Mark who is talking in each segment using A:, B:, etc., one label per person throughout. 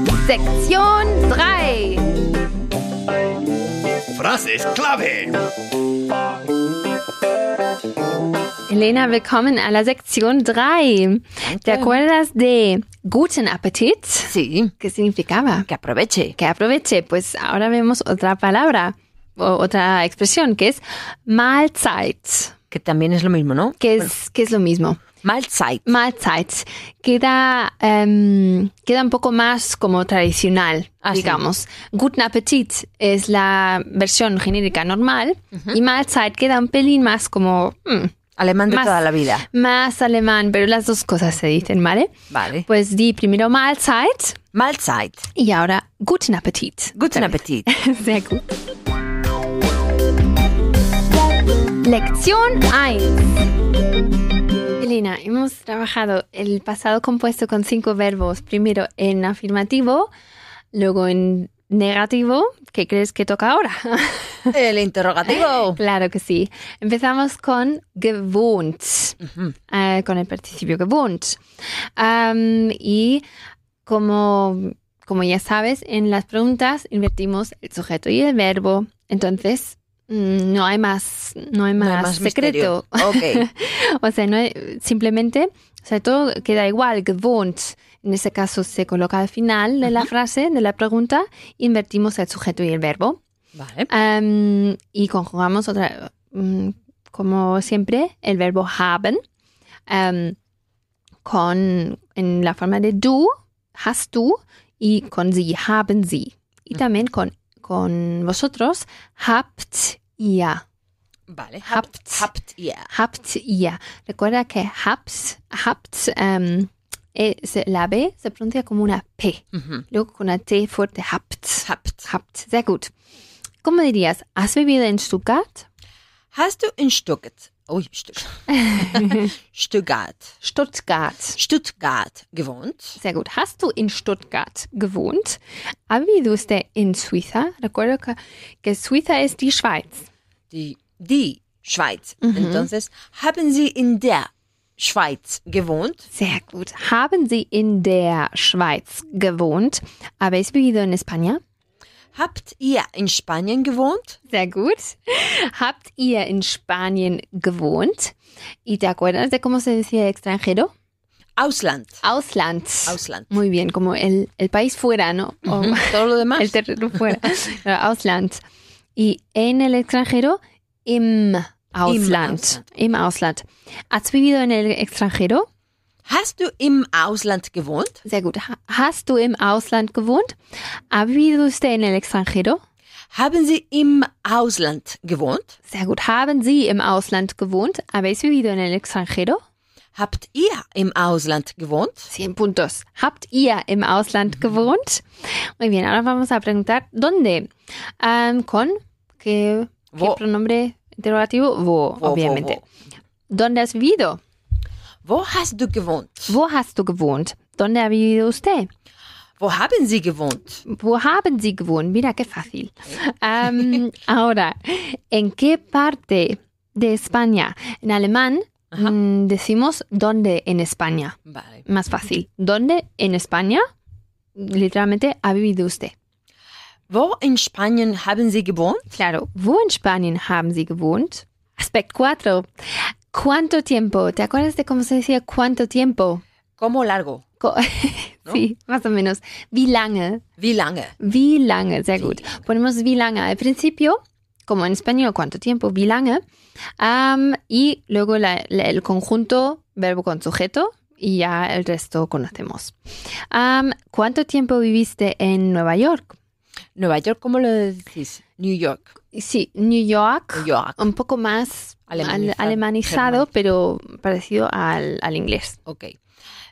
A: Sektion 3.
B: Frases clave.
A: Elena, willkommen a la Sektion 3. ¿Te acuerdas de guten Appetit?
C: Sí,
A: ¿Qué significaba?
C: que aproveche.
A: Que aproveche. Pues ahora vemos otra palabra o otra expresión que es Mahlzeit,
C: Que también es lo mismo, ¿no?
A: que es, que es lo mismo.
C: Mahlzeit.
A: Mahlzeit queda, em, queda un poco más como tradicional,
C: Ah, sí.
A: digamos. Guten Appetit es la versión genérica normal y Mahlzeit queda un pelín más como mm,
C: Alemán de
A: Más.
C: toda la vida.
A: más alemán, pero las dos cosas se dicen, ¿vale?
C: Vale.
A: Pues di primero Mahlzeit
C: Mahlzeit.
A: y ahora Guten Appetit.
C: Guten Appetit.
A: Sehr gut. Lección 1. Elena, hemos trabajado el pasado compuesto con cinco verbos. Primero en afirmativo, luego en negativo. ¿Qué crees que toca ahora?
C: El interrogativo.
A: claro que sí. Empezamos con gewohnt, eh, con el participio gewohnt. Am, y como, como ya sabes, en las preguntas invertimos el sujeto y el verbo. Entonces, mm, no hay más, no hay más,
C: No hay más
A: secreto.
C: misterio. Ok.
A: O sea, no hay- simplemente, o sea, todo queda igual, gewohnt. En ese caso se coloca al final de la frase, de la pregunta, invertimos el sujeto y el verbo.
C: Vale.
A: Am, Em, y conjugamos otra, mm, como siempre, el verbo haben am, con, en la forma de du, hast du, y con sie, haben sie. Y también con, con vosotros, habt ihr.
C: Vale.
A: Habt.
C: Habt, yeah.
A: Habt ihr. Recuerda que habt, habt, em, eh, se- la B se pronuncia como una P.
C: Ujú.
A: Luego con una T fuerte, habt.
C: Habt.
A: Habt. Sehr gut. ¿Cómo dirías? ¿Has vivido en Stuttgart?
C: Hast du in Stuttgart, ui, Stuttgart, Stuttgart,
A: Stuttgart.
C: Stuttgart gewohnt?
A: Sehr gut. Hast du in Stuttgart gewohnt? ¿Ha vivido usted en Suiza? Recuerdo que, que Suiza es die Schweiz.
C: Die, die Schweiz. Entonces, haben Sie in der Schweiz gewohnt?
A: Sehr gut. Haben Sie in der Schweiz gewohnt? ¿Habéis vivido en España?
C: Habt ihr in Spanien gewohnt?
A: Sehr gut. Habt ihr in Spanien gewohnt? ¿Y te acuerdas de cómo se decía extranjero?
C: Ausland.
A: Ausland.
C: Ausland.
A: Muy bien, como el, el país fuera, ¿no? O-
C: Todo lo demás.
A: el terreno fuera. Pero Ausland. Y en el extranjero, im Ausland.
C: Ausland.
A: Im Ausland. ¿Has vivido en el extranjero?
C: Hast du im Ausland gewohnt?
A: Sehr gut. Ha- ¿Hast du im Ausland gewohnt? ¿Ha vivido usted en el extranjero?
C: Haben Sie im Ausland gewohnt?
A: Sehr gut. ¿Haben Sie im Ausland gewohnt? ¿Habéis vivido en el extranjero?
C: Habt ihr im Ausland gewohnt?
A: 100 puntos. ¿Habt ihr im Ausland gewohnt? Muy bien, ahora vamos a preguntar ¿dónde? Am, con qué, qué
C: Wo.
A: pronombre interrogativo. Wo,
C: Wo, wo,
A: obviamente.
C: wo?
A: ¿Dónde has vivido?
C: Wo hast du gewohnt?
A: Wo hast du gewohnt? ¿Dónde ha vivido usted?
C: Wo haben Sie gewohnt?
A: Wo haben Sie gewohnt? Mira qué fácil. Am, ahora, ¿en qué parte de España? En alemán mm, decimos ¿dónde en España?
C: Vale.
A: Más fácil. ¿Dónde en España? Literalmente ha vivido usted.
C: Wo in Spanien haben Sie gewohnt?
A: Claro, ¿wo en España haben Sie gewohnt? Aspect 4. ¿Cuánto tiempo? ¿Te acuerdas de cómo se decía cuánto tiempo?
C: Como largo?
A: Co- Sí, más o menos. Wie lange?
C: Wie lange?
A: Wie lange, sehr gut. Ponemos wie lange al principio, como en español, cuánto tiempo, wie lange. Am, y luego la- la- el conjunto, verbo con sujeto, y ya el resto conocemos. Am, ¿Cuánto tiempo viviste en Nueva York?
C: Nueva York, ¿cómo lo decís? Oh. New York.
A: Sí, New York.
C: New York.
A: Un poco más al-
C: Alemanizado.
A: alemanizado, pero parecido al, al inglés.
C: Okay.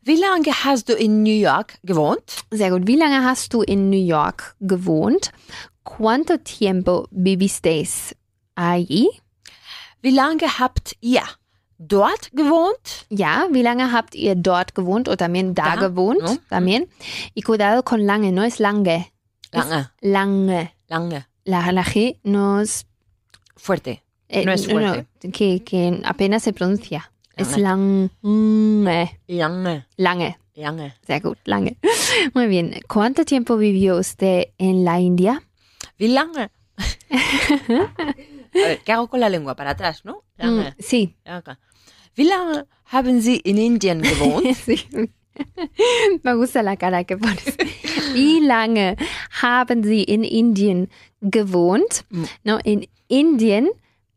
C: Wie lange hast du in New York gewohnt?
A: Sehr gut. Wie lange hast du in New York gewohnt? ¿Cuánto tiempo vivisteis allí?
C: Wie lange habt ihr dort gewohnt?
A: Ja, wie lange habt ihr dort gewohnt oder también da,
C: Da,
A: gewohnt?
C: no?
A: También. Y cuidado con lange, no es lange.
C: Lange,
A: Lange.
C: lange.
A: La, la G no es...
C: Fuerte.
A: eh,
C: No es fuerte. Ah,
A: no, que, que apenas se pronuncia. Es lange.
C: Lange,
A: Lange.
C: Lange.
A: Sehr gut, lange. Muy bien. ¿Cuánto tiempo vivió usted en la India?
C: Wie lange? A ver, ¿qué hago con la lengua? Äh, Para atrás, ¿no? Lange.
A: Mm, sí,
C: Lange. Wie lange haben Sie in Indien gewohnt?
A: sí. Me gusta la cara que pones. Wie lange haben Sie in Indien gewohnt?
C: Mm.
A: No, in Indien,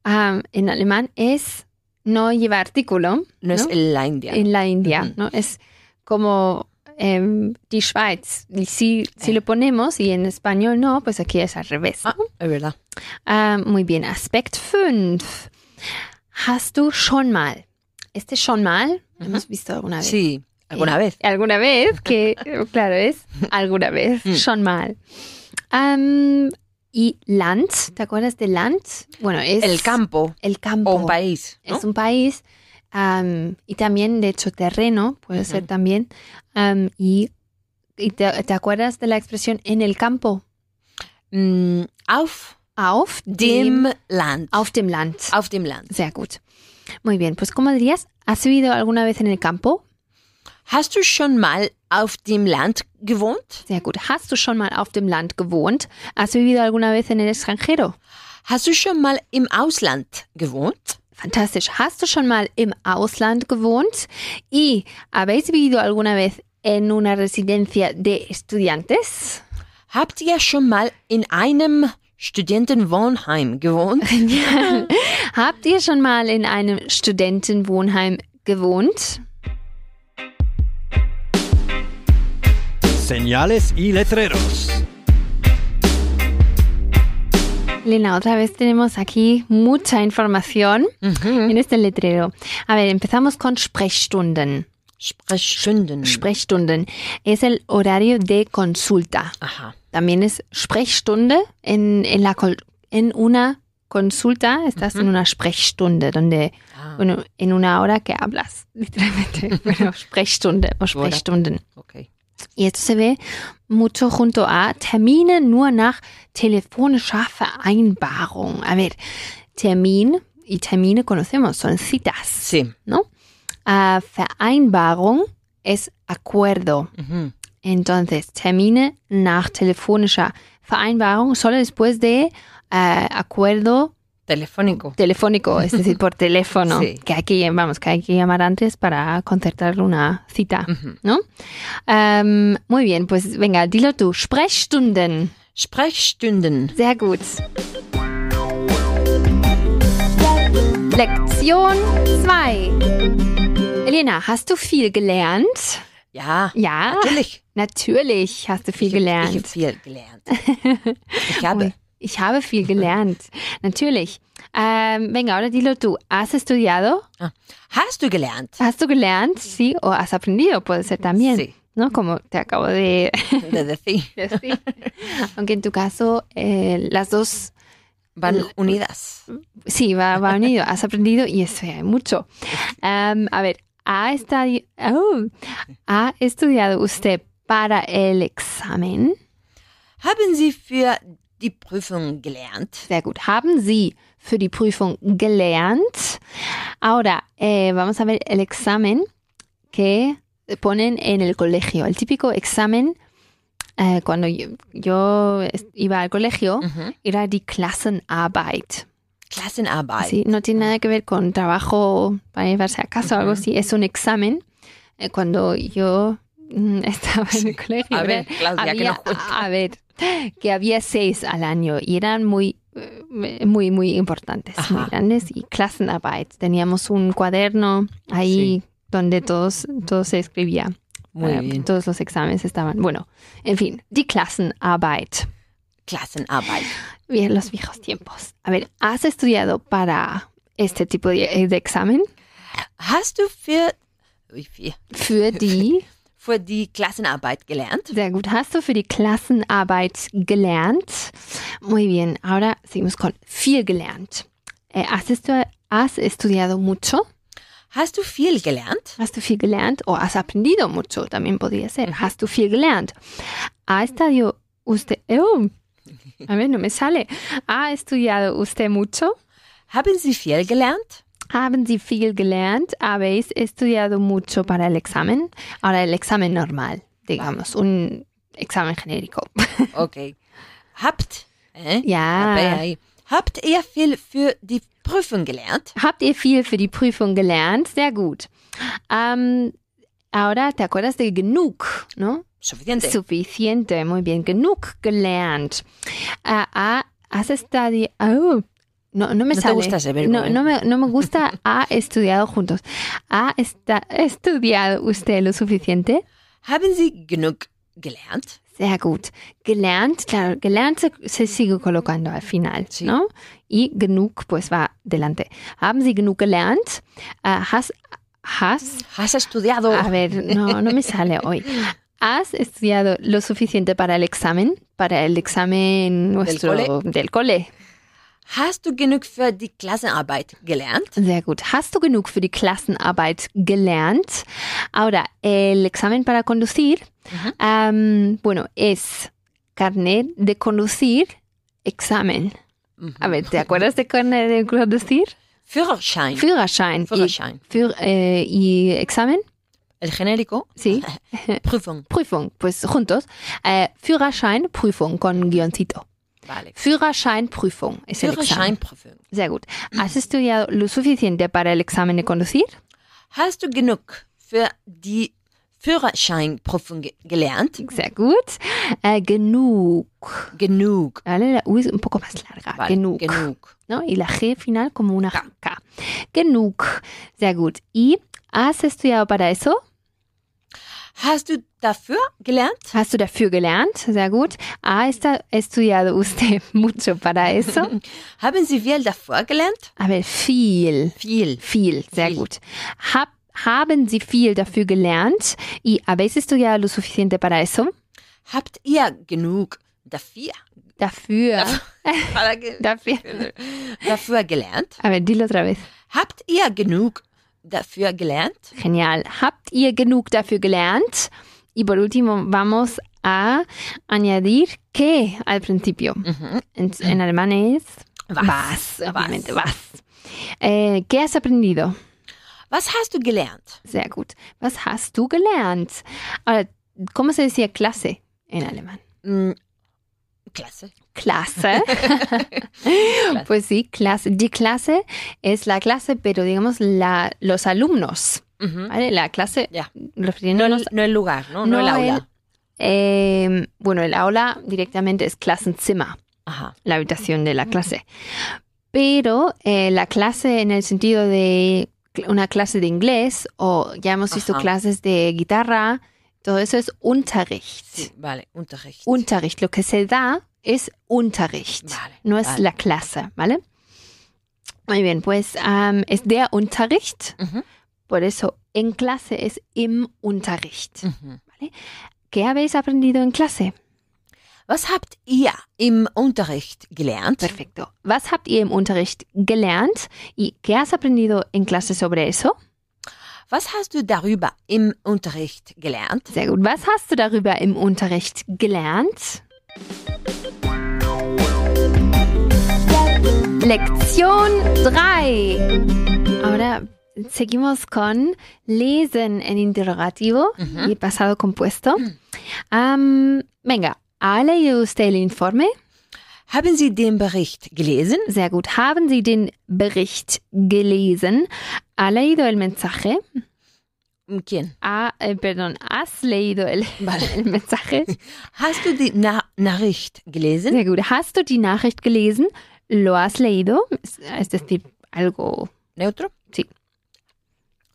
A: ähm, en alemán, es no lleva artículo.
C: No es en la India.
A: en la India,
C: Ujú.
A: ¿no? Es como em, die Schweiz. Y Si, si lo ponemos y en español no, pues aquí es al revés.
C: Ah, es verdad.
A: Ah, muy bien, Aspekt 5. Hast du schon mal? Este schon mal, lo hemos visto alguna vez.
C: Sí,
A: Eh,
C: alguna vez.
A: Alguna vez, que claro es, alguna vez,
C: Mm.
A: schon mal. Am, y Land, ¿te acuerdas de Land? Bueno, es
C: El campo
A: El campo.
C: o un país. ¿no?
A: Es un país am, y también, de hecho, terreno, puede ser
C: Ujú.
A: también. am, y y te, te acuerdas de la expresión en el campo?
C: Mm, auf
A: Auf
C: dem Land.
A: auf dem Land.
C: Auf dem Land.
A: Sehr gut. Muy bien, pues ¿cómo dirías? ¿Has vivido alguna vez en el campo?
C: Hast du schon mal auf dem Land gewohnt?
A: Sehr gut. ¿Hast du schon mal auf dem Land gewohnt? ¿Has vivido alguna vez en el extranjero?
C: Hast du schon mal im Ausland gewohnt?
A: Fantastisch. ¿Hast du schon mal im Ausland gewohnt? ¿Y habéis vivido alguna vez en una residencia de estudiantes?
C: Habt ihr schon mal in einem Studentenwohnheim gewohnt?
A: Ja. Habt ihr schon mal in einem Studentenwohnheim gewohnt?
B: Señales y letreros.
A: Lena, otra vez tenemos aquí mucha información en este letrero. A ver, empezamos con Sprechstunden.
C: Sprechstunden.
A: Sprechstunden es el horario de consulta.
C: Aha.
A: También es Sprechstunde en, en, la, col- en una consulta. Estás en una Sprechstunde, donde
C: Ah,
A: bueno, en una hora que hablas, literalmente. Bueno, Sprechstunde o Sprechstunden.
C: okay.
A: Y esto se ve mucho junto a Termine nur nach telefonischer Vereinbarung. A ver, Termin y Termine conocemos, son citas.
C: Sí.
A: Ah, Vereinbarung es acuerdo.
C: Mhm.
A: Entonces, Termine nach telefonischer Vereinbarung solo después de ah, acuerdo
C: Telefónico.
A: telefónico, es decir, por teléfono.
C: Sí.
A: Que hay que, vamos, que hay que llamar antes para concertar una cita.
C: Mhm.
A: Ähm, muy bien, pues venga, dilo tú. Sprechstunden.
C: Sprechstunden.
A: Sehr gut. Lektion 2. Elena, hast du viel gelernt?
C: Ja,
A: Ja,
C: natürlich.
A: natürlich hast du viel
C: ich, Ich habe
A: gelernt.
C: viel gelernt. Ich habe.
A: Ui, ich habe viel gelernt. natürlich. Ähm, venga, ahora dilo tú. ¿Has estudiado?
C: Ah. Hast du gelernt?
A: ¿Has tú gelernt? Sí, o has aprendido, puede ser también.
C: Sí,
A: ¿No? Como te acabo de
C: de decir.
A: decir. Aunque en tu caso, eh, las dos
C: Van unidas.
A: Sí, va, va unido. Has aprendido y eso es eh, mucho. Am, a ver, ¿ha, estadi- oh, ¿ha estudiado usted para el examen?
C: Haben Sie für die Prüfung gelernt?
A: Sehr gut. ¿Haben Sie für die Prüfung gelernt? Ahora, eh, vamos a ver el examen que ponen en el colegio. El típico examen, eh, cuando yo, yo es- iba al colegio,
C: Mhm.
A: era die Klassenarbeit.
C: Klassenarbeit.
A: Sí, no tiene nada que ver con trabajo para llevarse a casa o algo
C: Ujú.
A: así. Es un examen. Eh, Cuando yo mm, estaba en el
C: Sí.
A: colegio,
C: A
A: era-
C: ver, Ah, Claudia, genau. que
A: había,
C: nos cuenta.
A: a ver, que había seis al año y eran muy, eh, muy, muy importantes,
C: Ajá.
A: muy grandes. Y Klassenarbeit. Teníamos un cuaderno ahí donde todos, todo se escribía.
C: Muy
A: Eh,
C: bien.
A: Todos los exámenes estaban. Bueno, en fin, die Klassenarbeit.
C: Klassenarbeit.
A: Bien, los viejos tiempos. A ver, ¿has estudiado para este tipo de, de examen?
C: Hast du für, Ui, für,
A: Für die,
C: für die Klassenarbeit gelernt?
A: sehr gut, hast du für die Klassenarbeit gelernt? Muy bien, ahora seguimos con viel gelernt. Eh, ¿Has, estu- has estudiado mucho?
C: Hast du viel gelernt?
A: ¿Has du viel gelernt? O has aprendido mucho, también podría ser. ¿Has du viel gelernt? ¿Ha estudiado usted... Oh, a ver, no me sale. ¿Ha estudiado usted mucho?
C: Haben Sie viel gelernt?
A: Haben Sie viel gelernt? ¿Habéis estudiado mucho para el examen? Ahora el examen normal, digamos, un examen genérico.
C: Okay. Habt, äh,
A: Ja.
C: dabei, habt ihr viel für die Prüfung gelernt?
A: Habt ihr viel für die Prüfung gelernt? Sehr gut. Ähm, ahora te acuerdas de genug, ¿no?
C: Suficiente.
A: Suficiente, muy bien, genug gelernt. Ah, ah, has estadi- oh, no, no me
C: No te
A: sale.
C: gusta ese verbo,
A: No,
C: ¿eh?
A: no me, no me gusta. Ha estudiado juntos. ¿Ha esta- estudiado usted lo suficiente?
C: Haben Sie genug gelernt?
A: Sehr gut. Gelernt, claro, gelernt se, se sigue colocando al final,
C: Sí.
A: ¿no? Y genug, pues va delante. Haben Sie genug gelernt? Ah, has, has
C: Hast estudiado?
A: A ver, no, no me sale hoy. ¿Has estudiado lo suficiente para el examen? Para el examen nuestro del cole.
C: Hast du genug für die Klassenarbeit gelernt?
A: Sehr gut. ¿Hast du genug für die Klassenarbeit gelernt? Ahora, el examen para conducir, am, bueno, es carnet de conducir, examen. A ver, ¿te acuerdas de carnet de conducir?
C: Führerschein.
A: Führerschein.
C: Führerschein.
A: Y, Führ- eh, y examen,
C: El genérico.
A: sí.
C: Prüfung.
A: Prüfung, pues juntos. Eh, Führerschein, Prüfung con guioncito.
C: Vale.
A: Führerschein, Prüfung es el examen.
C: Führerscheinprüfung.
A: Sehr gut. ¿Has estudiado lo suficiente para el examen de conducir?
C: Hast du genug für die Führerscheinprüfung ge- gelernt?
A: Sehr gut. Eh, genug.
C: Genug.
A: ¿Vale? La U es un poco más larga.
C: Vale,
A: Genug.
C: genug.
A: ¿no? Y la G final como una K. Genug. Sehr gut. ¿Y has estudiado para eso?
C: Hast du dafür gelernt?
A: ¿Hast du dafür gelernt? Sehr gut. ¿Ha esta- estudiado usted mucho para eso?
C: Haben Sie viel davor gelernt?
A: A ver, viel.
C: Viel.
A: Viel, sehr
C: Viel.
A: gut. Hab, haben Sie viel dafür gelernt? ¿Y habéis estudiado lo suficiente para eso?
C: Habt ihr genug dafür?
A: Dafür.
C: Para ge-
A: dafür.
C: dafür gelernt?
A: A ver, dilo otra vez.
C: Habt ihr genug dafür gelernt?
A: Genial. ¿Habt ihr genug dafür gelernt? Y por último, vamos a añadir que al principio.
C: Mhm.
A: En, en
C: Mm.
A: alemán es was, obviamente, was. Eh, ¿Qué has aprendido?
C: Was hast du gelernt?
A: Sehr gut. Was hast du gelernt? Ahora, ¿cómo se decía clase en alemán?
C: Mm, Klasse.
A: clase. pues sí, clase. Die clase es la clase, pero digamos la, los alumnos.
C: Mhm.
A: ¿vale? La clase,
C: Ya. No,
A: refiriéndonos.
C: el, no el lugar, no, no,
A: No
C: el aula.
A: el- eh, bueno, el aula directamente es Klassenzimmer,
C: Ajá.
A: la habitación de la clase. Pero eh, la clase en el sentido de cl- una clase de inglés o ya hemos visto
C: Ajá.
A: clases de guitarra, todo eso es Unterricht.
C: Sí, vale, Unterricht.
A: Unterricht. Lo que se da es Unterricht.
C: Vale,
A: No es
C: vale.
A: la clase, ¿vale? Muy bien, pues am, es der Unterricht.
C: Ujú.
A: Por eso en clase es im Unterricht.
C: Mhm.
A: ¿Qué habéis aprendido en clase?
C: Was habt ihr im Unterricht gelernt?
A: Perfecto. Was habt ihr im Unterricht gelernt? ¿Y qué has aprendido en clase sobre eso?
C: Was hast du darüber im Unterricht gelernt?
A: Sehr gut. Was hast du darüber im Unterricht gelernt? Lektion 3. Ahora seguimos con lesen en interrogativo y pasado compuesto. Am, venga, ¿ha leído usted el informe?
C: Haben Sie den Bericht gelesen?
A: Sehr gut. Haben Sie den Bericht gelesen? ¿Ha leído el mensaje?
C: Ken,
A: Ah, eh, perdón, ¿has leído el-
C: Vale.
A: el mensaje?
C: hast du die Na Nachricht gelesen?
A: Sehr gut. Hast du die Nachricht gelesen? ¿Lo has leído? Es, es decir, algo.
C: Neutro?
A: Sí.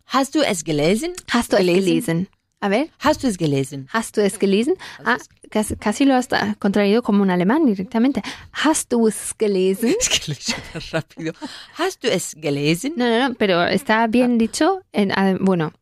C: Hast du es gelesen?
A: Hast du es gelesen? A ver,
C: Hast du es gelesen?
A: hast du es gelesen? Ah, casi, casi lo has ah, contraído como un alemán directamente. Hast du es gelesen?
C: Es gelesen, rápido. Hast du es gelesen?
A: No, no, no, pero está bien dicho. en- ah, bueno,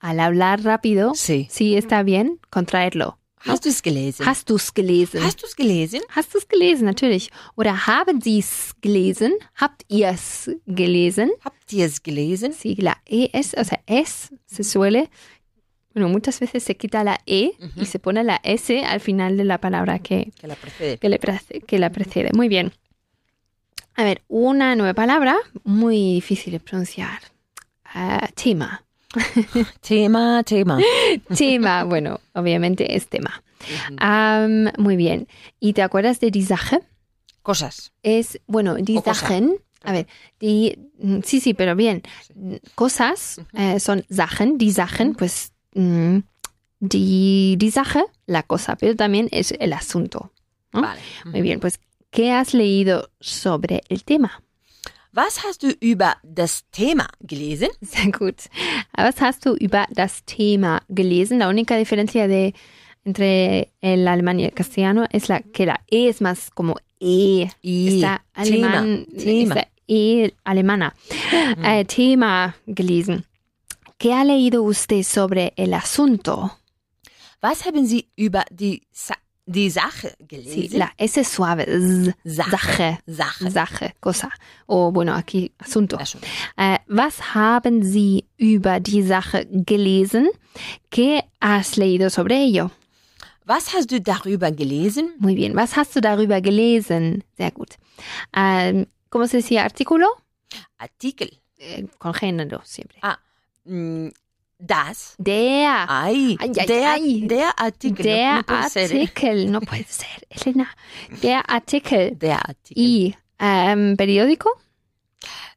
A: al hablar rápido,
C: Sí.
A: sí está bien contraerlo.
C: Hast du es gelesen?
A: Hast du es gelesen?
C: Hast du es gelesen?
A: Hast du es gelesen, natürlich. Oder haben Sie es gelesen? Habt ihr es gelesen?
C: Habt ihr es gelesen?
A: Sí, la ES, o sea, es se suele, bueno, muchas veces se quita la E y se pone la S al final de la palabra que,
C: Que la precede.
A: que, le prece- que la precede. Muy bien. A ver, una nueva palabra muy difícil de pronunciar. Ah, tema.
C: Thema, Thema.
A: Thema, bueno, obviamente es tema. Ah. Am, muy bien. ¿Y te acuerdas de die Sache?
C: Cosas.
A: Es, bueno, die
C: O cosa.
A: Sachen. A ver, die, mm, sí, sí, pero bien. Cosas eh, son Sachen, die Sachen, pues mm, die, die Sache, la cosa, pero también es el asunto. ¿no?
C: Vale.
A: Muy bien, pues, ¿qué has leído sobre el tema?
C: Was hast du über das Thema gelesen?
A: Sehr gut. Was hast du über das Thema gelesen? La única diferencia de entre el alemán y el castellano es la que la E es más como E.
C: I,
A: Está alemán,
C: Thema.
A: está E alemana. Eh, Thema gelesen. ¿Qué ha leído usted sobre el asunto?
C: Was haben Sie über die, Sa die Sache
A: Sí,
C: gelesen?
A: la S es suave. Z, Sache.
C: Sache.
A: Sache, cosa. O bueno, aquí asunto.
C: Ja, schon.
A: Äh, was haben Sie über die Sache gelesen? ¿Qué has leído sobre ello?
C: Was hast du darüber gelesen?
A: Muy bien. Was hast du darüber gelesen? Sehr gut. Ähm, ¿Cómo se decía artículo?
C: Artikel.
A: Eh, con género siempre.
C: Mm, Das.
A: Der. Ei,
C: Ei.
A: ei,
C: der,
A: ei.
C: der Artikel.
A: Der
C: No puede ser, eh.
A: Artikel. No puede ser, Elena. Der Artikel.
C: Der Artikel.
A: Y ähm, periódico.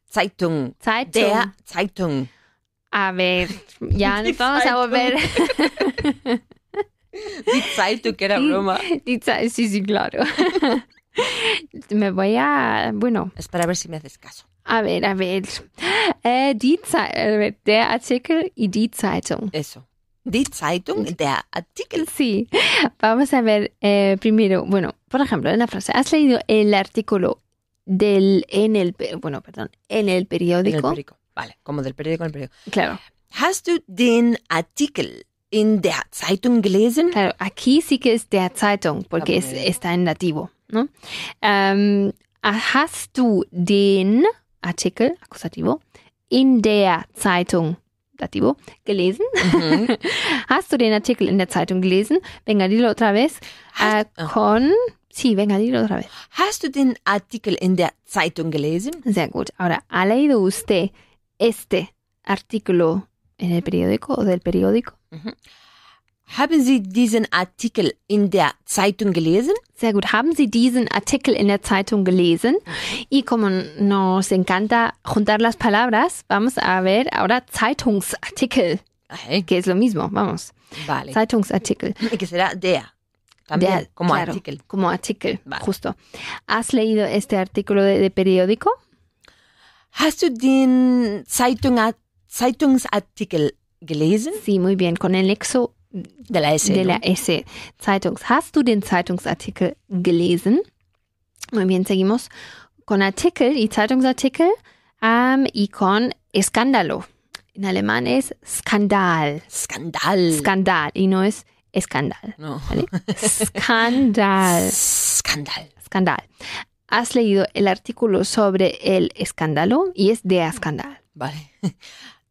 C: Zeitung.
A: Zeitung.
C: Der Zeitung.
A: A ver, ya
C: Die
A: nos vamos a
C: Zeitung.
A: volver.
C: Die Zeitung era
A: Die-
C: broma.
A: Die Zeit- Sí, sí, claro. Me voy a. Bueno,
C: Es para ver si me haces caso.
A: A ver, a ver. Äh, die Zeit, a ver, der Artikel y die Zeitung.
C: Eso. Die Zeitung, der Artikel.
A: Sí. Vamos a ver eh, primero, bueno, por ejemplo, en la frase, ¿has leído el artículo del en el pe- bueno, perdón, en el
C: En el
A: periódico?
C: periódico. Vale, como del periódico en el periódico.
A: claro,
C: Hast du den Artikel in der Zeitung gelesen?
A: claro, aquí sí que es der Zeitung porque es,
C: Jawohl.
A: está en nativo, ¿no? Ähm, ¿Has du den Artikel acusativo in der Zeitung dativo gelesen?
C: Mhm.
A: Hast du den Artikel in der Zeitung gelesen? Venga, dilo otra vez.
C: Hast- oh.
A: Äh, con... Sí, venga, dilo otra vez.
C: Hast du den Artikel in der Zeitung gelesen?
A: Sehr gut. Ahora, ¿ha leído usted este artículo en el periódico o del periódico?
C: Haben Sie diesen Artikel in der Zeitung gelesen?
A: Sehr gut. Haben Sie diesen Artikel in der Zeitung gelesen?
C: Mhm.
A: Y como nos encanta juntar las palabras, vamos a ver ahora Zeitungsartikel,
C: Ay,
A: que es lo mismo, vamos.
C: vale.
A: Zeitungsartikel.
C: Y que será der. También,
A: Der,
C: como
A: claro,
C: Artikel.
A: Como artículo,
C: Vale.
A: justo. ¿Has leído este artículo de- de periódico?
C: Hast du den Zeitung, Zeitungsartikel gelesen?
A: Sí, muy bien. Con el exo
C: De la S.
A: de
C: ¿no?
A: la S. Zeitungs. Hast du den Zeitungsartikel gelesen? Muy bien, seguimos con Artikel y Zeitungsartikel am, y con escándalo. En alemán es Skandal.
C: Skandal.
A: Skandal y no es escándal.
C: no.
A: ¿Vale? Skandal.
C: Skandal.
A: Skandal. Has leído el artículo sobre el escándalo y es de Skandal.
C: Vale.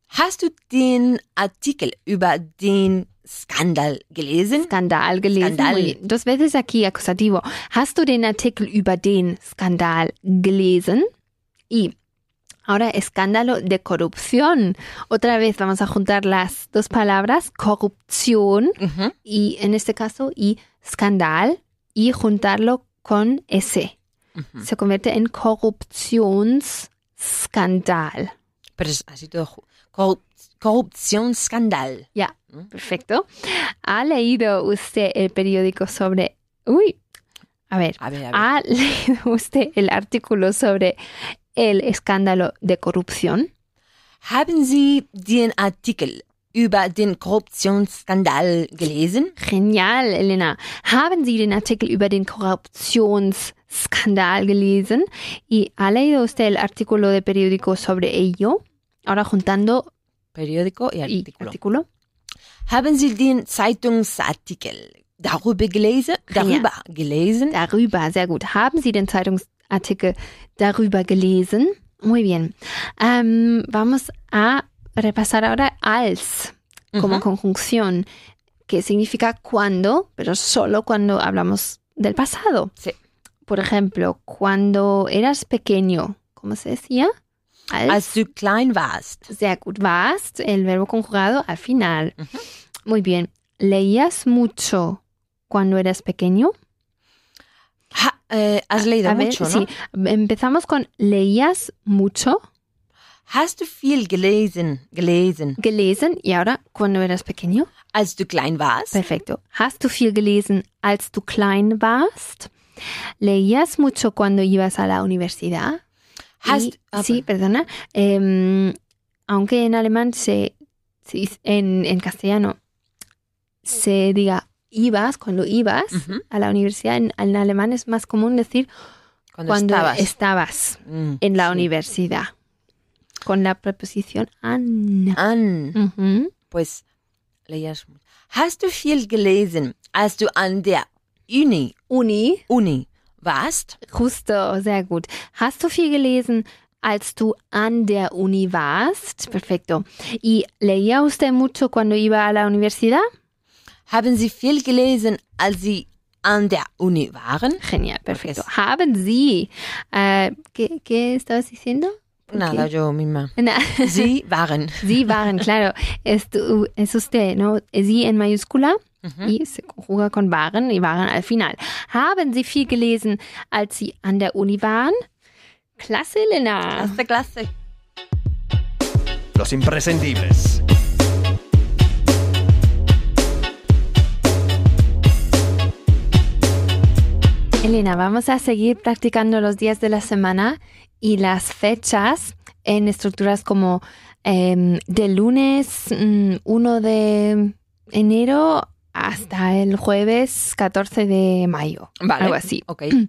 C: Hast du den Artikel über den Skandal gelesen?
A: Skandal gelesen.
C: Skandal.
A: Muy bien. Dos veces aquí acusativo. Hast du den Artikel über den Skandal gelesen? Y ahora escándalo de corrupción. Otra vez vamos a juntar las dos palabras, corrupción
C: Mhm.
A: y en este caso y Skandal y juntarlo con S.
C: Mhm.
A: Se convierte en corruptionsskandal.
C: Pero es así todo. ju- Corrup Korruptionsskandal.
A: Ya, perfecto. ¿Ha leído usted el periódico sobre... Uy, a ver.
C: A ver, a ver.
A: ¿Ha leído usted el artículo sobre el escándalo de corrupción?
C: Haben Sie den Artikel über den Korruptionsskandal gelesen?
A: Genial, Elena. ¿Haben Sie den Artikel über den Korruptionsskandal gelesen? ¿Y ha leído usted el artículo de periódico sobre ello? Ahora juntando
C: Periódico y
A: y
C: artículo.
A: artículo.
C: Haben Sie den Zeitungsartikel darüber gelesen? Darüber gelesen?
A: Darüber, sehr gut. Haben Sie den Zeitungsartikel darüber gelesen? Muy bien. Ähm, vamos a repasar ahora als. como
C: Ujú.
A: conjunción, que significa cuando, pero solo cuando hablamos del pasado.
C: Sí.
A: por ejemplo, cuando eras pequeño, ¿cómo se decía? Als-
C: Als du klein warst.
A: Sehr gut. Warst, el verbo conjugado al final. Muy bien. ¿Leías mucho cuando eras pequeño?
C: Ha- eh, has leído
A: A ver,
C: mucho,
A: sí.
C: ¿no?
A: Empezamos con ¿leías mucho?
C: Hast du viel gelesen, gelesen,
A: Gelesen. Y ahora, cuando eras pequeño.
C: als du klein warst?
A: Perfecto. ¿Hast du viel gelesen, als du klein warst? ¿Leías mucho cuando ibas a la universidad?
C: Hast, Ah,
A: Y- sí, perdona. Em, aunque en alemán se, se- en, en castellano se diga ibas, cuando ibas
C: Ujú.
A: a la universidad, en, en alemán es más común decir
C: cuando,
A: cuando,
C: estabas.
A: estabas
C: Mm,
A: en la
C: sí.
A: universidad. Con la preposición an.
C: Ah. An,
A: Ujú.
C: pues, leías. mu- Hast du viel gelesen, als du an der Uni,
A: Uni,
C: Uni warst?
A: justo, sehr gut. Hast du viel gelesen, als du an der Uni warst? Perfecto. ¿Y leía usted mucho cuando iba a la universidad?
C: Haben Sie viel gelesen, als Sie an der Uni waren?
A: Genial, perfecto.
C: es-
A: Haben Sie. Äh, ¿qué, qué estabas diciendo? ¿Por
C: Nada,
A: qué?
C: yo misma.
A: Na,
C: Sie waren.
A: Sie waren, claro. Es, tu- es usted, ¿no? Sie en mayúscula
C: Mhm.
A: y se conjuga con waren y waren al final. Haben Sie viel gelesen, als Sie an der Uni waren? Klasse, Elena.
C: Erste Klasse.
B: Los imprescindibles.
A: Elena, vamos a seguir practicando los días de la semana y las fechas en estructuras como em, de lunes mm, 1 de enero hasta el jueves 14 de mayo.
C: Vale.
A: Algo así.
C: Okay.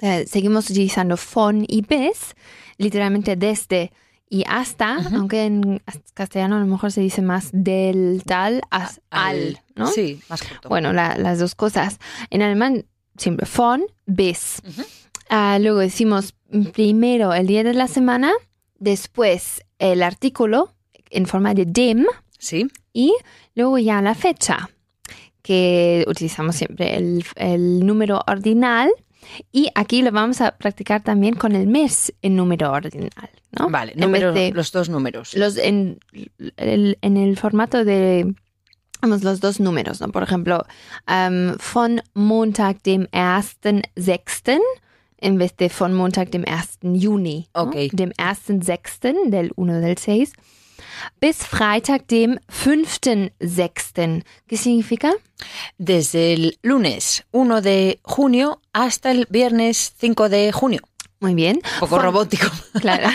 A: Eh, seguimos utilizando von y bis, literalmente desde y hasta,
C: Ujú.
A: aunque en castellano a lo mejor se dice más del tal as- al,
C: Al.
A: ¿no?
C: Sí, más corto.
A: Bueno, la- las dos cosas. En alemán siempre von bis.
C: Ujú.
A: Ah, luego decimos mm, primero el día de la semana, después el artículo en forma de dem
C: Sí.
A: y luego ya la fecha, que utilizamos siempre el, el número ordinal. Y aquí lo vamos a practicar también con el mes en número ordinal, ¿no?
C: Vale,
A: En
C: número,
A: vez de-
C: los dos números.
A: los en el, en el formato de vamos, los dos números, ¿no? Por ejemplo, ähm, von Montag dem 1.6. en vez de von Montag dem 1. Juni.
C: Okay.
A: ¿no? Dem 1.6. del 1 del 6. Bis Freitag dem 5.6. ¿Qué significa?
C: Desde el lunes 1 de junio hasta el viernes 5 de junio.
A: Muy bien.
C: Un poco
A: Von-
C: robótico.
A: Claro.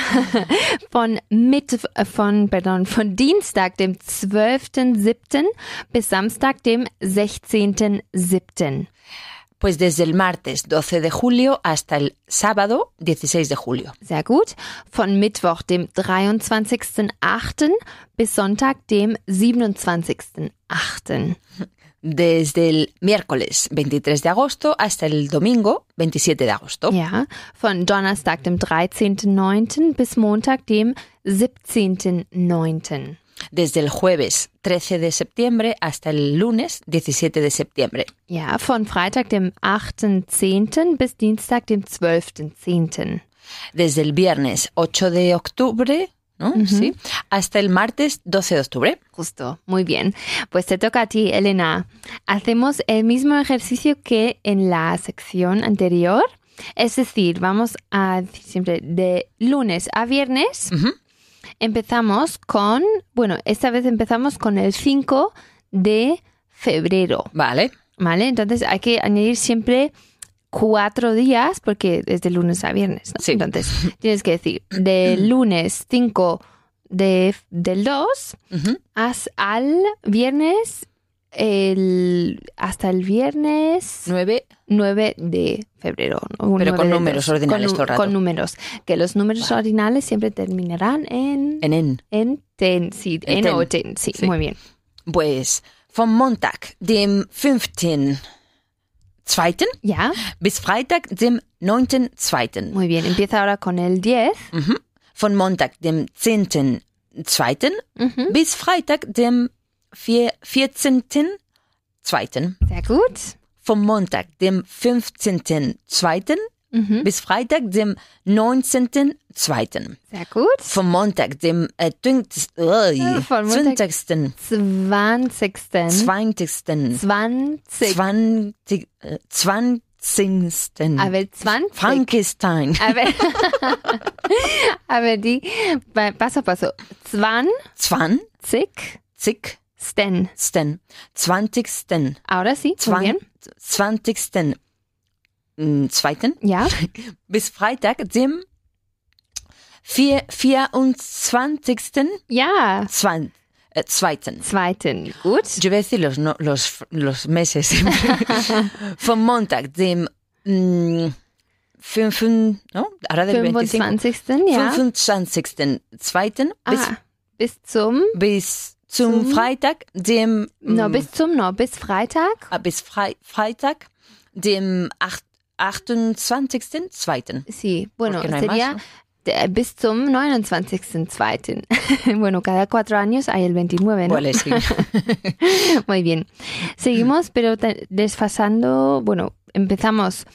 A: Von, mit, von, pardon, von Dienstag, dem 12.07. bis Samstag, dem 16.07.
C: Pues desde el martes 12 de julio hasta el sábado 16 de julio.
A: Sehr gut. Von Mittwoch, dem 23.08. bis Sonntag, dem 27.08.
C: Desde el miércoles 23 de agosto hasta el domingo 27 de agosto.
A: Ja. Von Donnerstag, dem 13.09. bis Montag, dem 17.09.
C: Desde el jueves 13 de septiembre hasta el lunes 17 de septiembre.
A: Ja, von Freitag, dem 8.10. bis Dienstag, dem 12.10.
C: Desde el viernes 8 de octubre, ¿no? Sí. Hasta el martes 12 de octubre.
A: Justo, muy bien. Pues te toca a ti, Elena. Hacemos el mismo ejercicio que en la sección anterior. Es decir, vamos a decir siempre de lunes a viernes.
C: Ujú.
A: Empezamos con, bueno, esta vez empezamos con el 5 de febrero,
C: Vale.
A: ¿vale? Entonces hay que añadir siempre cuatro días porque es de lunes a viernes. ¿no?
C: Sí.
A: Entonces tienes que decir de lunes 5 de, del 2
C: Ujú.
A: Haz al viernes, el, hasta el viernes
C: Nueve
A: 9 de febrero. ¿no? Un
C: Pero
A: 9
C: con
A: de
C: números
A: dos.
C: ordinales
A: Con nu-
C: todo el rato.
A: Con números. Que los números ordinales siempre terminarán en...
C: en en.
A: En ten, sí.
C: En
A: En,
C: ten.
A: o ten, sí,
C: Sí.
A: Muy bien.
C: Pues vom Montag, dem 15.2.
A: Ya,
C: bis Freitag, dem 9.2.
A: muy bien. Empieza ahora con el 10.
C: Mhm. Von Montag, dem 10.2.
A: Ujú.
C: bis Freitag, dem vier- 14.2.
A: Sehr gut.
C: vom Montag, dem 15.02.
A: Mhm.
C: bis Freitag, dem 19.02.
A: Sehr gut.
C: Vom Montag, dem äh, 20. Äh,
A: Von Montag-
C: 20.
A: 20.
C: 20.
A: 20.
C: 20. äh, 20.
A: Aber 20.
C: Frankenstein.
A: Aber, aber die, bei- pass auf, pass auf. 20.
C: 20.
A: Sten.
C: 20.
A: Ahora sí, muy bien.
C: 20. mm, Zweiten
A: Ja,
C: bis Freitag, dem vier- 24.
A: ja.
C: Zwan- äh, Zweiten.
A: Zweiten. Gut.
C: Yo voy a decir los, no- los, los meses. Vom Montag, dem mm, fünf- fünf- no? Ahora del 25.
A: 25. Ja.
C: 25. Zweiten bis,
A: Ah, bis zum,
C: bis zum
A: Zum-
C: Freitag, dem
A: no,
C: mm,
A: bis zum, no, bis Freitag.
C: ah, bis Frei- Freitag, dem acht- 28. Zweiten.
A: Sí, bueno,
C: Porque no hay
A: sería
C: más,
A: de- bis zum 29.2. bueno, cada cuatro años hay el 29, ¿no?
C: Vale, sí.
A: Muy bien. Seguimos, pero te- desfasando, bueno, empezamos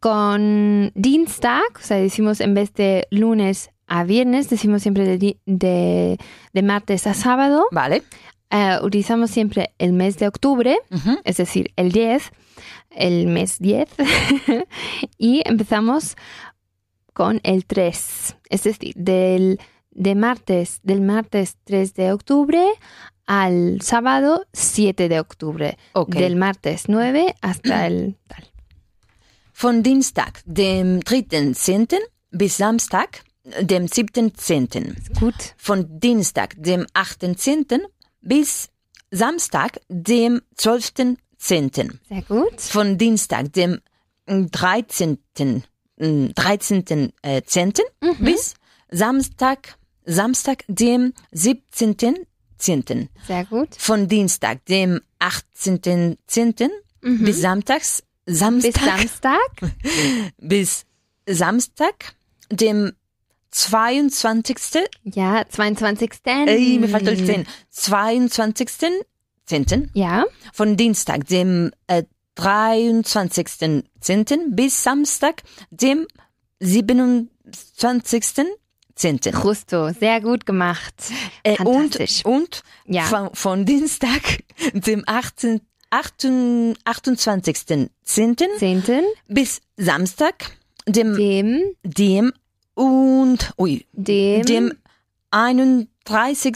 A: con Dienstag, o sea, decimos en vez de lunes a viernes, decimos siempre de, di- de- de martes a sábado.
C: Vale.
A: Eh, utilizamos siempre el mes de octubre,
C: Ujú.
A: es decir, el 10, el mes 10, y empezamos con el 3, es decir, del, de martes, del martes 3 de octubre al sábado 7 de octubre,
C: Ok.
A: del martes 9 hasta el tal.
C: Von Dienstag, dem 3.10. bis Samstag, dem 7.10.
A: Gut,
C: Von Dienstag, dem 8.10. bis Samstag, dem 12.10.
A: sehr gut.
C: Von Dienstag, dem hm, 13. mm, 13. äh, 10. bis Samstag, Samstag, dem 17. 10.
A: Sehr gut.
C: Von Dienstag, dem 18. 10. bis Samstags,
A: Bis
C: Samstag,
A: Samstag,
C: bis Samstag, dem 22.
A: ja, 22.
C: Ey, mir fällt euch 10. 22. 10.
A: Ja,
C: Von Dienstag, dem äh, 23. 10. bis Samstag, dem 27. 10.
A: justo, sehr gut gemacht.
C: Äh,
A: Fantastisch.
C: und und
A: Ja.
C: von, von Dienstag, dem 18. 18 28. 10.
A: Zehnten,
C: bis Samstag, dem,
A: dem,
C: dem und, ui,
A: dem,
C: dem 31.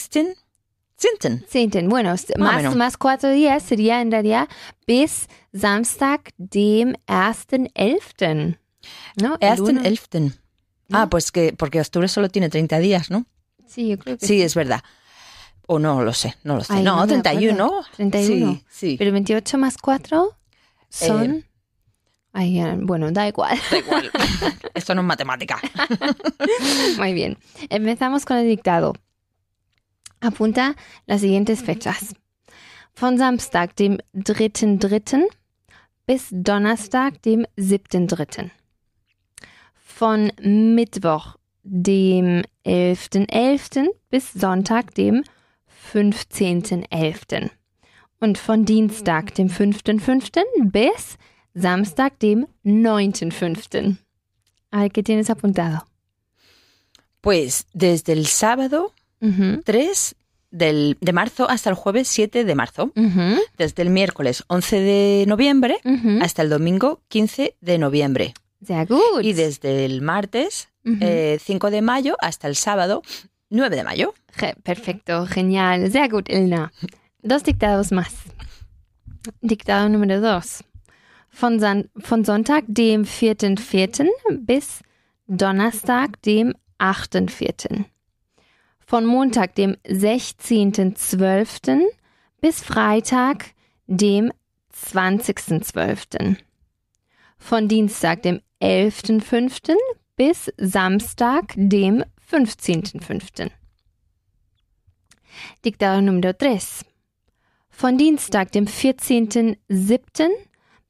C: 10.
A: 10. Bueno, s-
C: Más o
A: más,
C: menos.
A: más cuatro días sería en realidad bis Samstag, dem 1.11. ¿No? El
C: Ersten,
A: uno-
C: elften. Ah, pues que porque octubre solo tiene 30 días, ¿no?
A: Sí, yo creo que
C: Sí, es verdad. O no lo sé, no lo sé.
A: Ay,
C: no,
A: no me
C: 31.
A: acuerdo. 31.
C: Sí, sí.
A: Pero 28 más 4
C: Eh,
A: son... Ay, ya, bueno, da igual.
C: Da igual. Esto no es matemática.
A: Muy bien. Empezamos con el dictado. Apunta las siguientes fechas. Von Samstag, dem 3.3. bis Donnerstag, dem 7.3. Von Mittwoch, dem 11.11. bis Sonntag, dem 15.11. Und von Dienstag, dem 5.5. bis Samstag, dem 9.5. A ver, ¿qué tienes apuntado?
C: Pues desde el sábado
A: Ujú.
C: 3 del, de marzo hasta el jueves 7 de marzo.
A: Ujú,
C: Desde el miércoles 11 de noviembre
A: ujú.
C: hasta el domingo 15 de noviembre.
A: Ah, Sehr gut. Mhm.
C: Y desde el martes
A: Ujú.
C: eh, 5 de mayo hasta el sábado 9 de mayo.
A: Ge- Perfecto, genial. Sehr gut, Elna. Dos dictados más. Dictado número dos. Von, San von Sonntag, dem 4.4. bis Donnerstag, dem 8.4. Von Montag, dem 16.12. bis Freitag, dem 20.12. Von Dienstag, dem 11.5. bis Samstag, dem 15.5. Dictado número 3. Von Dienstag, dem 14.07.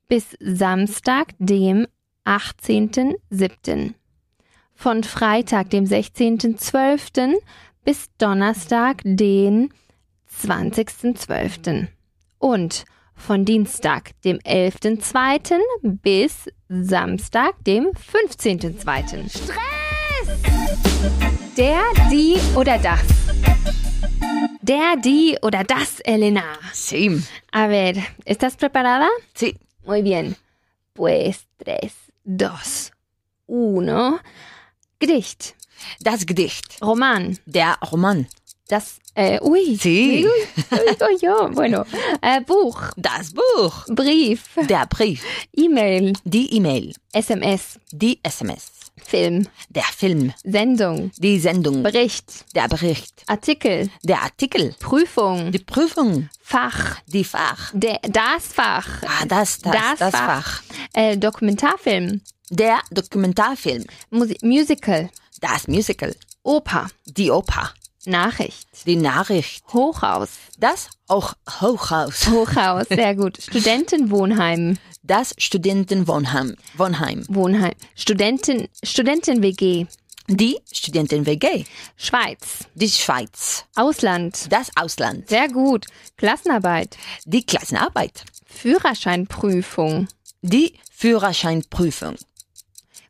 A: bis Samstag, dem 18.07. Von Freitag, dem 16.12. bis Donnerstag, den 20.12. Und von Dienstag, dem 11.2. bis Samstag, dem 15.2. Stress! Der, die oder das. Der, die oder das, Elena.
C: Sí,
A: A ver, ¿estás preparada?
C: sí.
A: Muy bien. Pues tres, dos, uno. Gedicht,
C: Das Gedicht.
A: Roman,
C: Der Roman.
A: das, äh, ui.
C: Sí.
A: Ui, ui, ui, ui, ui. Bueno, äh, Buch,
C: Das Buch.
A: Brief,
C: Der Brief.
A: E-Mail,
C: Die E-Mail.
A: SMS,
C: Die SMS.
A: Film,
C: Der Film.
A: Sendung,
C: Die Sendung.
A: Bericht,
C: Der Bericht.
A: Artikel,
C: Der Artikel.
A: Prüfung,
C: Die Prüfung.
A: Fach,
C: Die Fach.
A: der, das Fach,
C: Ah, das, das, das,
A: Das
C: Fach.
A: Fach. äh, Dokumentarfilm,
C: Der Dokumentarfilm.
A: Musi Musical,
C: Das Musical.
A: Oper,
C: Die Oper.
A: Nachricht,
C: Die Nachricht.
A: Hochhaus,
C: Das auch Hochhaus.
A: Hochhaus, sehr gut, Studentenwohnheim,
C: Das Studentenwohnheim. Wohnheim.
A: Wohnheim, Studenten, Studenten-WG,
C: Die Studenten-WG.
A: Schweiz,
C: Die Schweiz.
A: Ausland,
C: Das Ausland.
A: sehr gut, Klassenarbeit,
C: Die Klassenarbeit.
A: Führerscheinprüfung,
C: Die Führerscheinprüfung.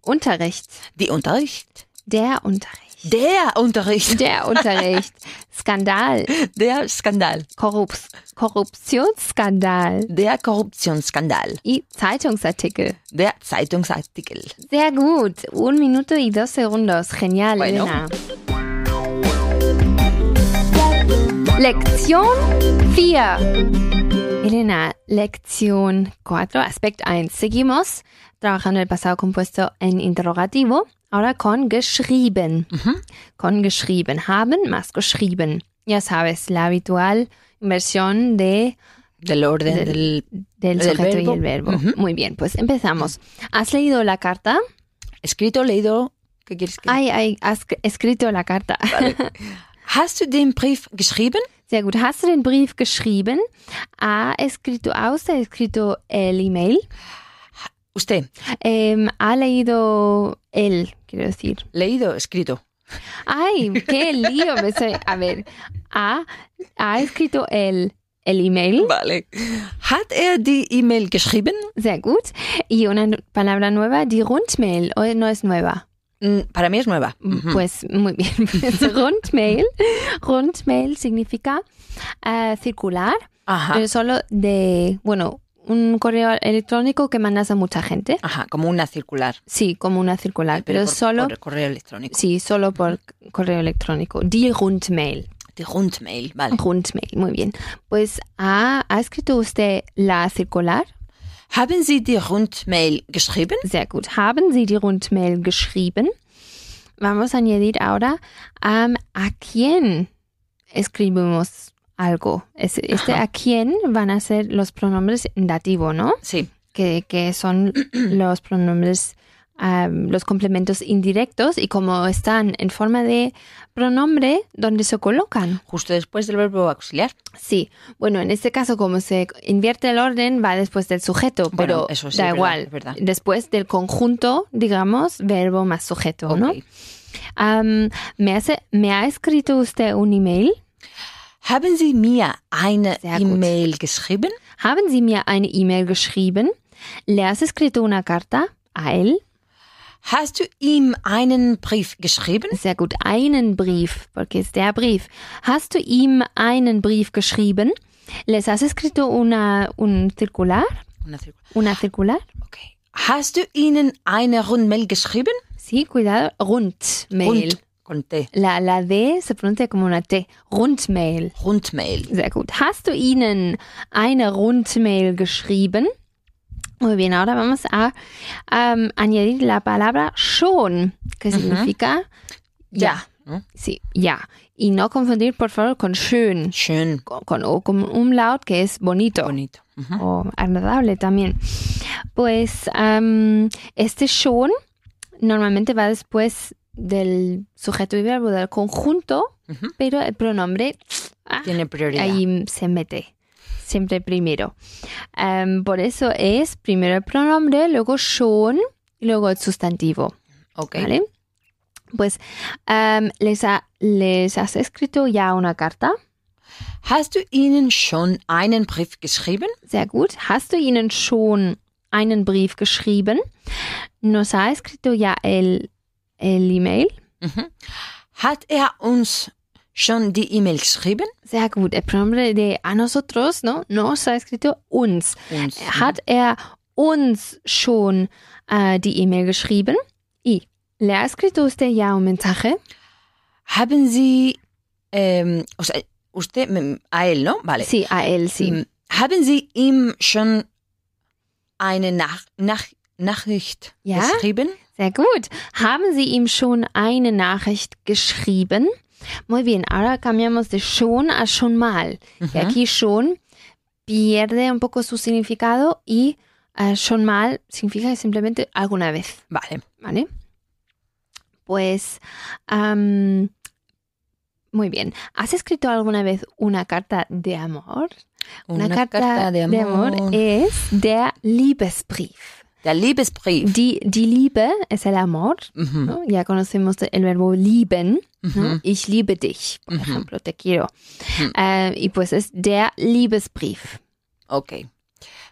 A: Unterricht,
C: Die Unterricht.
A: der Unterricht,
C: Der Unterricht.
A: der Unterricht, Skandal,
C: Der Skandal.
A: Korrups Korruptionsskandal
C: Der Korruptionsskandal.
A: y Zeitungsartikel.
C: Der Zeitungsartikel.
A: Sehr gut, un minuto y dos segundos, genial,
C: Bueno.
A: Elena. Lección 4. Elena, lección 4, aspecto 1. Seguimos trabajando el pasado compuesto en interrogativo, ahora con geschrieben. Con geschrieben haben más geschrieben. Ya sabes, la habitual inversión de,
C: Del orden del,
A: Del- del,
C: Del
A: sujeto
C: verbo.
A: y el verbo.
C: Ujú.
A: Muy bien, pues empezamos. ¿Has leído la carta?
C: escrito, leído. ¿Qué quieres que
A: Ay, ay, has g- escrito la carta.
C: Hast du den Brief geschrieben?
A: Sehr gut. Hast du den Brief geschrieben? Ha escrito, ha usted escrito el email?
C: Usted.
A: Em, ha leído él, quiero decir.
C: Leído, escrito.
A: Ay, qué lío. me estoy- A ver, ha, ha escrito el, el email.
C: ¿Mm? Vale. Hat er die E-Mail geschrieben?
A: Sehr gut. Y una nu- palabra nueva, die Rundmail. Hoy no es nueva.
C: Mm, Para mí es nueva. Ujú.
A: Pues muy bien. Pues, Rundmail. Rundmail significa eh, circular.
C: Ajá.
A: Eh, solo de, bueno, un correo electrónico que mandas a mucha gente.
C: Ajá, como una circular.
A: Sí, como una circular, pero,
C: por-
A: solo,
C: Por correo electrónico.
A: sí, solo por correo electrónico. Die Rundmail.
C: Die Rundmail, vale.
A: Rundmail, muy bien. Pues, ¿ha, ha escrito usted la circular?
C: Haben Sie die Rundmail geschrieben?
A: Sehr gut. Haben Sie die Rundmail geschrieben? Vamos a añadir ahora am a quién escribimos algo. Es- Este
C: Ajá.
A: a quién van a ser los pronombres en dativo, ¿no?
C: Sí.
A: que, que son los pronombres, am, los complementos indirectos y como están en forma de pronombre, ¿dónde se colocan?
C: Justo después del verbo auxiliar.
A: Sí, bueno, en este caso como se invierte el orden, va después del sujeto,
C: Bueno,
A: pero
C: eso sí,
A: da
C: es verdad,
A: igual.
C: es verdad.
A: Después del conjunto, digamos, verbo más sujeto, ¿no?
C: Ok.
A: Am, ¿me, hace, ¿Me ha escrito usted un email?
C: Haben Sie mir eine
A: Sehr gut.
C: E-Mail geschrieben?
A: ¿Haben Sie mir eine E-Mail geschrieben? ¿Le has escrito una carta a él?
C: Hast du ihm einen Brief geschrieben?
A: Sehr gut. Einen Brief, porque es der Brief. Hast du ihm einen Brief geschrieben? ¿Les has escrito una, un circular?
C: Una circular.
A: ¿Una circular?
C: Okay. Hast du ihnen eine Rundmail geschrieben? äh,
A: Sí, cuidado. Rundmail.
C: Rund, con T.
A: La, la D se pronuncia como una T. Rundmail.
C: Rundmail.
A: Sehr gut. Hast du ihnen eine Rundmail geschrieben? Muy bien, ahora vamos a um, añadir la palabra schon, que significa ya.
C: ¿no?
A: Sí, ya. Y no confundir, por favor, con schön.
C: Schön. Mhm.
A: con, con- o con un umlaut que es bonito
C: Bonito. Ujú.
A: o agradable también. Pues am, este schon normalmente va después del sujeto y verbo del conjunto,
C: Ujú.
A: pero el pronombre ah,
C: Tiene prioridad.
A: ahí se mete siempre primero. Am, por eso es primero el pronombre, luego schon y luego el sustantivo.
C: Ok.
A: ¿vale? Pues am, les, ha- les has escrito ya una carta.
C: Hast du ihnen schon einen Brief geschrieben?
A: Sehr gut. Hast du ihnen schon einen Brief geschrieben? Nos ha escrito ya el, el email?
C: Mhm. Hat er uns schon die E-Mail geschrieben?
A: Sehr gut. El pronombre de a nosotros, ¿no? Nos ha escrito uns.
C: Uns, ne?
A: Hat er uns schon äh, die E-Mail geschrieben? Y le ha escrito usted ya un mensaje?
C: Haben Sie, ähm, o sea, usted, mm, a él, ¿no? Vale.
A: Sí, a él, sí.
C: Mm, Haben Sie ihm schon eine Nach Nach Nachricht
A: Ja?
C: geschrieben?
A: Sehr gut. Haben Sie ihm schon eine Nachricht geschrieben? Muy bien, ahora cambiamos de schon a schon mal. Y
C: Mhm.
A: aquí schon pierde un poco su significado y eh, schon mal significa simplemente alguna vez,
C: Vale.
A: ¿vale? Pues, am, muy bien. ¿Has escrito alguna vez una carta de amor?
C: Una, carta, de
A: de
C: amor. eh,
A: amor es der Liebesbrief.
C: Der Liebesbrief.
A: Die, die Liebe es el amor.
C: Mhm.
A: ¿no? Ya conocemos el verbo lieben. ¿no?
C: Mhm.
A: Ich liebe dich, por
C: Mhm.
A: ejemplo, te quiero.
C: Mhm.
A: Eh, y pues es der Liebesbrief.
C: Okay.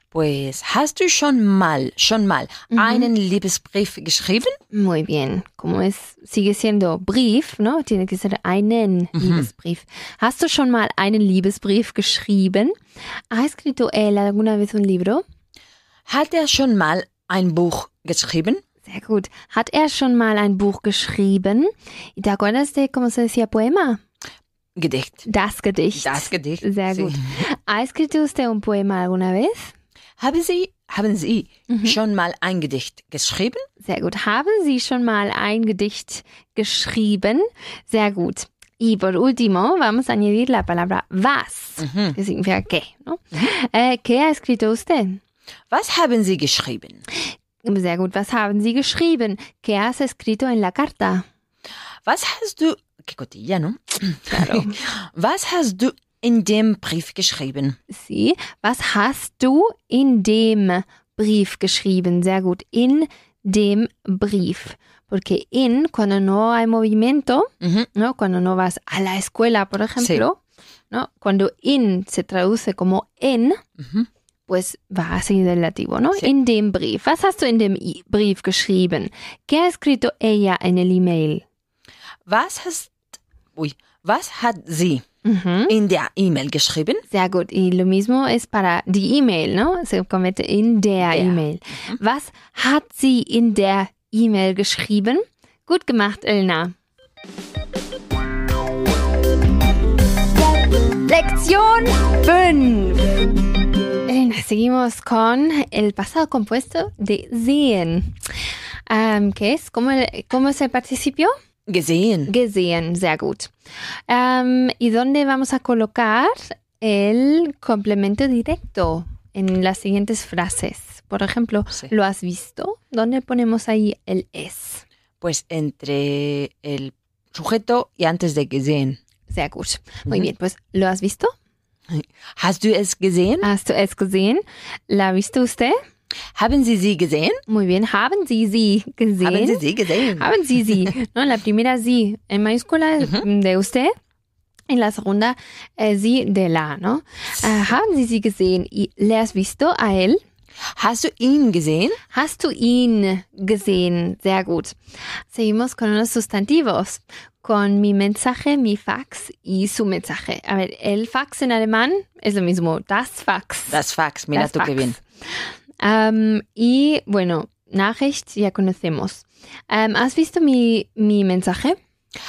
C: Pues hast du schon mal, schon mal
A: Mhm.
C: einen Liebesbrief geschrieben?
A: Muy bien. Como es, sigue siendo Brief, ¿no? Tiene que ser einen Liebesbrief. ¿Hast du schon mal einen Liebesbrief geschrieben? ¿Ha escrito él alguna vez un libro?
C: Hat er schon mal ein Buch geschrieben?
A: Sehr gut. Hat er schon mal ein Buch geschrieben? ¿Y ¿Te acuerdas de cómo se decía poema?
C: Gedicht.
A: Das Gedicht.
C: Das Gedicht.
A: Sehr
C: Sie-
A: gut. ¿Ha escrito usted un poema alguna vez?
C: Haben Sie, haben Sie schon mal ein Gedicht geschrieben?
A: Sehr gut. Haben Sie schon mal ein Gedicht geschrieben? Sehr gut. Y por último, vamos a añadir la palabra was,
C: Mhm.
A: que significa qué, ¿no? Eh, ¿Qué ha escrito usted?
C: Was haben Sie geschrieben?
A: Sehr gut. Was haben Sie geschrieben? ¿Qué has escrito en la carta?
C: Was hast du, qué cotilla, no? Was hast du in dem Brief geschrieben?
A: Sí. Was hast du in dem Brief geschrieben? Sehr gut. In dem Brief. Porque in, cuando no hay movimiento,
C: Mhm.
A: ¿no? Cuando no vas a la escuela, por ejemplo, ¿no? Cuando in se traduce como en,
C: Mhm.
A: pues va a seguir el lativo, ¿no?
C: Sí.
A: In dem Brief. Was hast du in dem I- Brief geschrieben? ¿Qué ha escrito ella en el email?
C: Was hast, ui, was hat sie
A: Ujú.
C: in der E-Mail geschrieben?
A: Sehr gut. Y lo mismo es para die E-Mail, ¿no? Se convierte in der
C: Der.
A: E-Mail. Was hat sie in der E-Mail geschrieben? Gut gemacht, Elna. Lección 5. Elena, seguimos con el pasado compuesto de sehen, ähm, que es, ¿cómo, el- ¿cómo es el participio?
C: Gesehen.
A: Gesehen, sehr gut. Ähm, ¿Y dónde vamos a colocar el complemento directo en las siguientes frases? Por ejemplo,
C: Sí.
A: ¿lo has visto? ¿Dónde ponemos ahí el es?
C: Pues entre el sujeto y antes de gesehen.
A: Sehr gut. Muy
C: Mhm.
A: bien, pues ¿lo has visto?
C: Hast du es gesehen?
A: ¿Has tú es gesehen? ¿La ha visto usted?
C: Haben Sie sie gesehen?
A: Muy bien. ¿Haben Sie sie gesehen?
C: Haben Sie sie gesehen?
A: Haben Sie sie. ¿no? La primera sí en mayúscula mm, de usted. En la segunda, eh, sí de la, ¿no? Eh, haben Sie sie gesehen? ¿Y ¿Le has visto a él?
C: Hast du ihn gesehen?
A: Hast du ihn gesehen? Sehr gut. Seguimos con los sustantivos. Con mi mensaje, mi fax y su mensaje. A ver, el fax en alemán es lo mismo. Das fax.
C: Das Fax, mira
A: Das
C: tú qué
A: Fax.
C: bien.
A: Am, y bueno, Nachricht ya conocemos. Am, ¿Has visto mi, mi mensaje?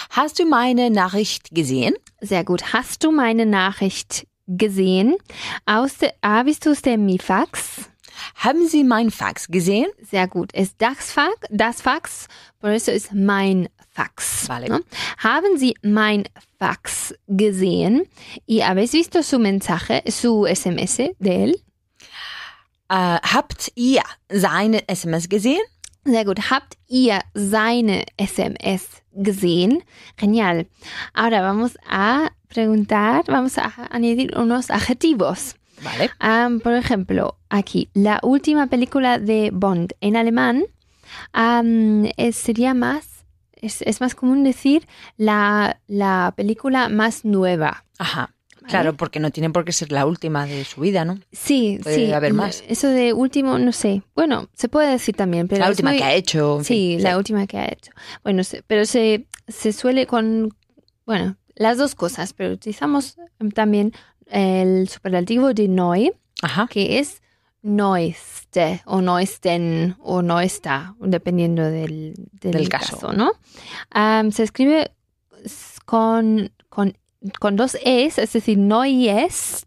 C: Hast du meine Nachricht gesehen?
A: Sehr gut. Hast du meine Nachricht gesehen? Aus de, ah, bist du usted mi fax?
C: Haben Sie mein Fax gesehen?
A: Sehr gut. Ist das Fax? Das Fax? Por eso ist mein Fax.
C: Vale.
A: Ne? Haben Sie mein Fax gesehen? Y habéis visto su mensaje, su SMS de él?
C: Äh, habt ihr seine SMS gesehen?
A: Sehr gut. Habt ihr seine SMS gesehen? Genial. Ahora vamos a preguntar, vamos a añadir unos adjetivos.
C: Vale.
A: Am, por ejemplo, aquí, la última película de Bond en alemán am, es- sería más, es, es más común decir la, la película más nueva.
C: Aha.
A: ¿vale?
C: Claro, porque no tiene por qué ser la última de su vida, ¿no?
A: Sí,
C: Puede
A: sí. mm,
C: haber más.
A: Eso de último, no sé. Bueno, se puede decir también, pero
C: la
A: es
C: última
A: muy-
C: que ha hecho. en
A: Sí,
C: fin.
A: la última que ha hecho. Bueno, se- pero se, se suele con, bueno, las dos cosas, pero utilizamos em, también el superlativo de neu,
C: Ajá.
A: que es noiste o noisten o no está, dependiendo del, del
C: Del caso.
A: ¿no? Am, se escribe s- con, con, con dos es, es decir, noyest.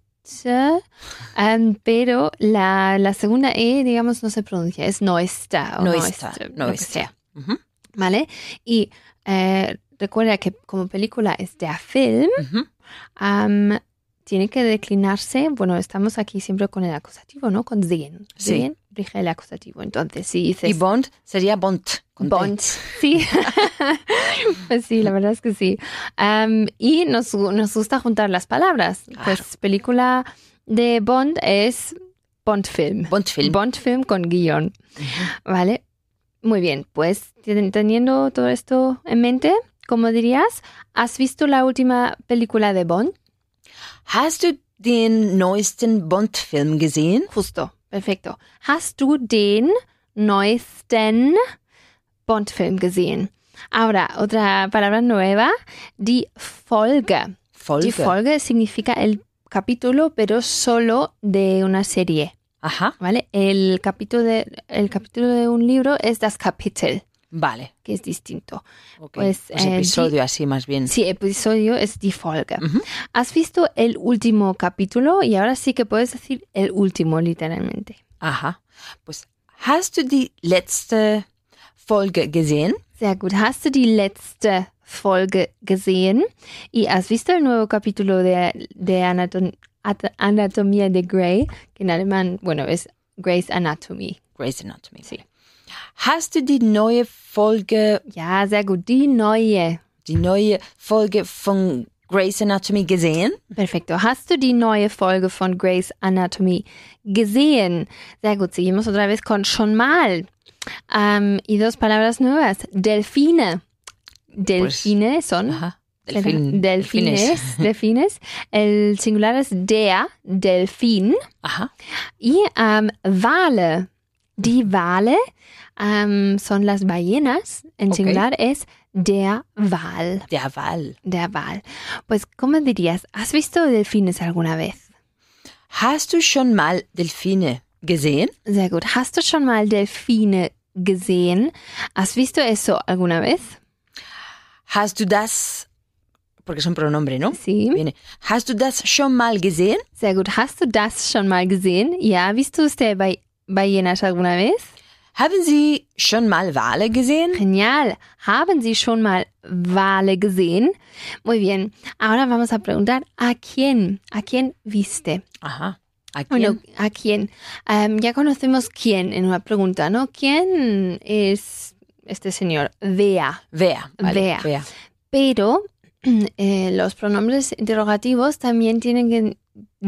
A: am, pero la, la segunda E, digamos, no se pronuncia, es no está. o
C: No está, no
A: lo que
C: está.
A: sea.
C: Ujú,
A: ¿Vale? Y eh, recuerda que como película es de a film,
C: ujú.
A: am, tiene que declinarse. Bueno, estamos aquí siempre con el acusativo, ¿no? Con sehen.
C: Sí.
A: Sehen rige el acusativo. Entonces, si dices
C: Y Bond sería Bond. con T.
A: Bond, sí. pues sí, la verdad es que sí. Am, y nos, gu- nos gusta juntar las palabras. Pues película de Bond es Bond Film.
C: Bond film.
A: Bond Film con guión. Vale. Muy bien, pues ten- teniendo todo esto en mente, como dirías, ¿has visto la última película de Bond?
C: Hast du den neuesten Bond-Film gesehen?
A: Justo, perfecto. ¿Has du den neuesten Bond-Film gesehen? Ahora, otra palabra nueva, die Folge.
C: Folge.
A: Die Folge significa el capítulo, pero solo de una serie.
C: Ajá.
A: ¿Vale? El capítulo de, el capítulo de un libro es das Kapitel,
C: Vale.
A: que es distinto.
C: ok.
A: Pues,
C: Pues
A: eh,
C: episodio así más bien.
A: Sí, episodio es die Folge.
C: Ujú.
A: Has visto el último capítulo y ahora sí que puedes decir el último, literalmente.
C: Aha. Pues, hast du die letzte Folge gesehen?
A: Sehr gut. Hast du die letzte Folge gesehen? ¿Y has visto el nuevo capítulo de, de Anatom- At- Anatomía de Grey? Que en alemán, bueno, es Grey's Anatomy.
C: Grey's Anatomy.
A: Sí.
C: Hast du die neue Folge,
A: Ja, sehr gut. Die neue.
C: die neue Folge von Grey's Anatomy gesehen?
A: Perfecto. Hast du die neue Folge von Grey's Anatomy gesehen? Sehr gut. Seguimos otra vez con schon mal. Am, y dos palabras nuevas. Delfine. Delfine son.
C: Ajá.
A: serán
C: Delfin-
A: delfines. Delfines. El singular es der, Delfin.
C: Aha.
A: Y am, Wale. Die Wale am, son las ballenas. En
C: Ok.
A: singular es der Wal.
C: Der Wal.
A: Der Wal. Pues, ¿cómo dirías? ¿Has visto delfines alguna vez?
C: Hast du schon mal Delfine gesehen?
A: Sehr gut. Hast du schon mal Delfine gesehen? ¿Has visto eso alguna vez?
C: Hast du das, porque es un pronombre, ¿no?
A: Sí.
C: Viene. Hast du das schon mal gesehen?
A: Sehr gut. Hast du das schon mal gesehen? Ja, bist du usted bei Ballenas alguna vez?
C: Haben Sie schon mal Wale gesehen?
A: Genial. ¿Haben Sie schon mal Wale gesehen? Muy bien. Ahora vamos a preguntar, ¿a quién? ¿A quién viste?
C: Ajá. ¿A quién?
A: Bueno, ¿a quién? Em, ya conocemos quién en una pregunta, ¿no? ¿Quién es este señor? Vea.
C: Wer. Vale,
A: Wer. Pero eh, los pronombres interrogativos también tienen que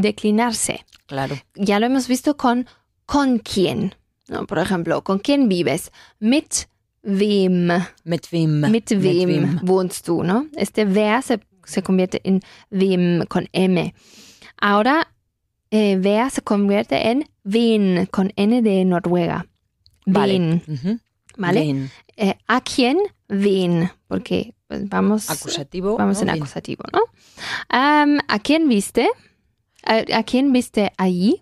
A: declinarse.
C: Claro.
A: Ya lo hemos visto con con quién. ¿no? Por ejemplo, ¿con quién vives? Mit wem.
C: Mit wem?
A: Mit wem wohnst du, ¿no? Este wer se, se convierte en wem con M. Ahora, eh, wer se convierte en wen con N de Noruega.
C: Vale.
A: Wen,
C: Mhm.
A: ¿vale?
C: Wen.
A: Eh, ¿A quién? Wen. Porque pues, vamos...
C: Acusativo.
A: Vamos
C: ¿no?
A: en
C: Wen.
A: acusativo, ¿no? Am, ¿A quién viste? ¿A, a quién viste allí?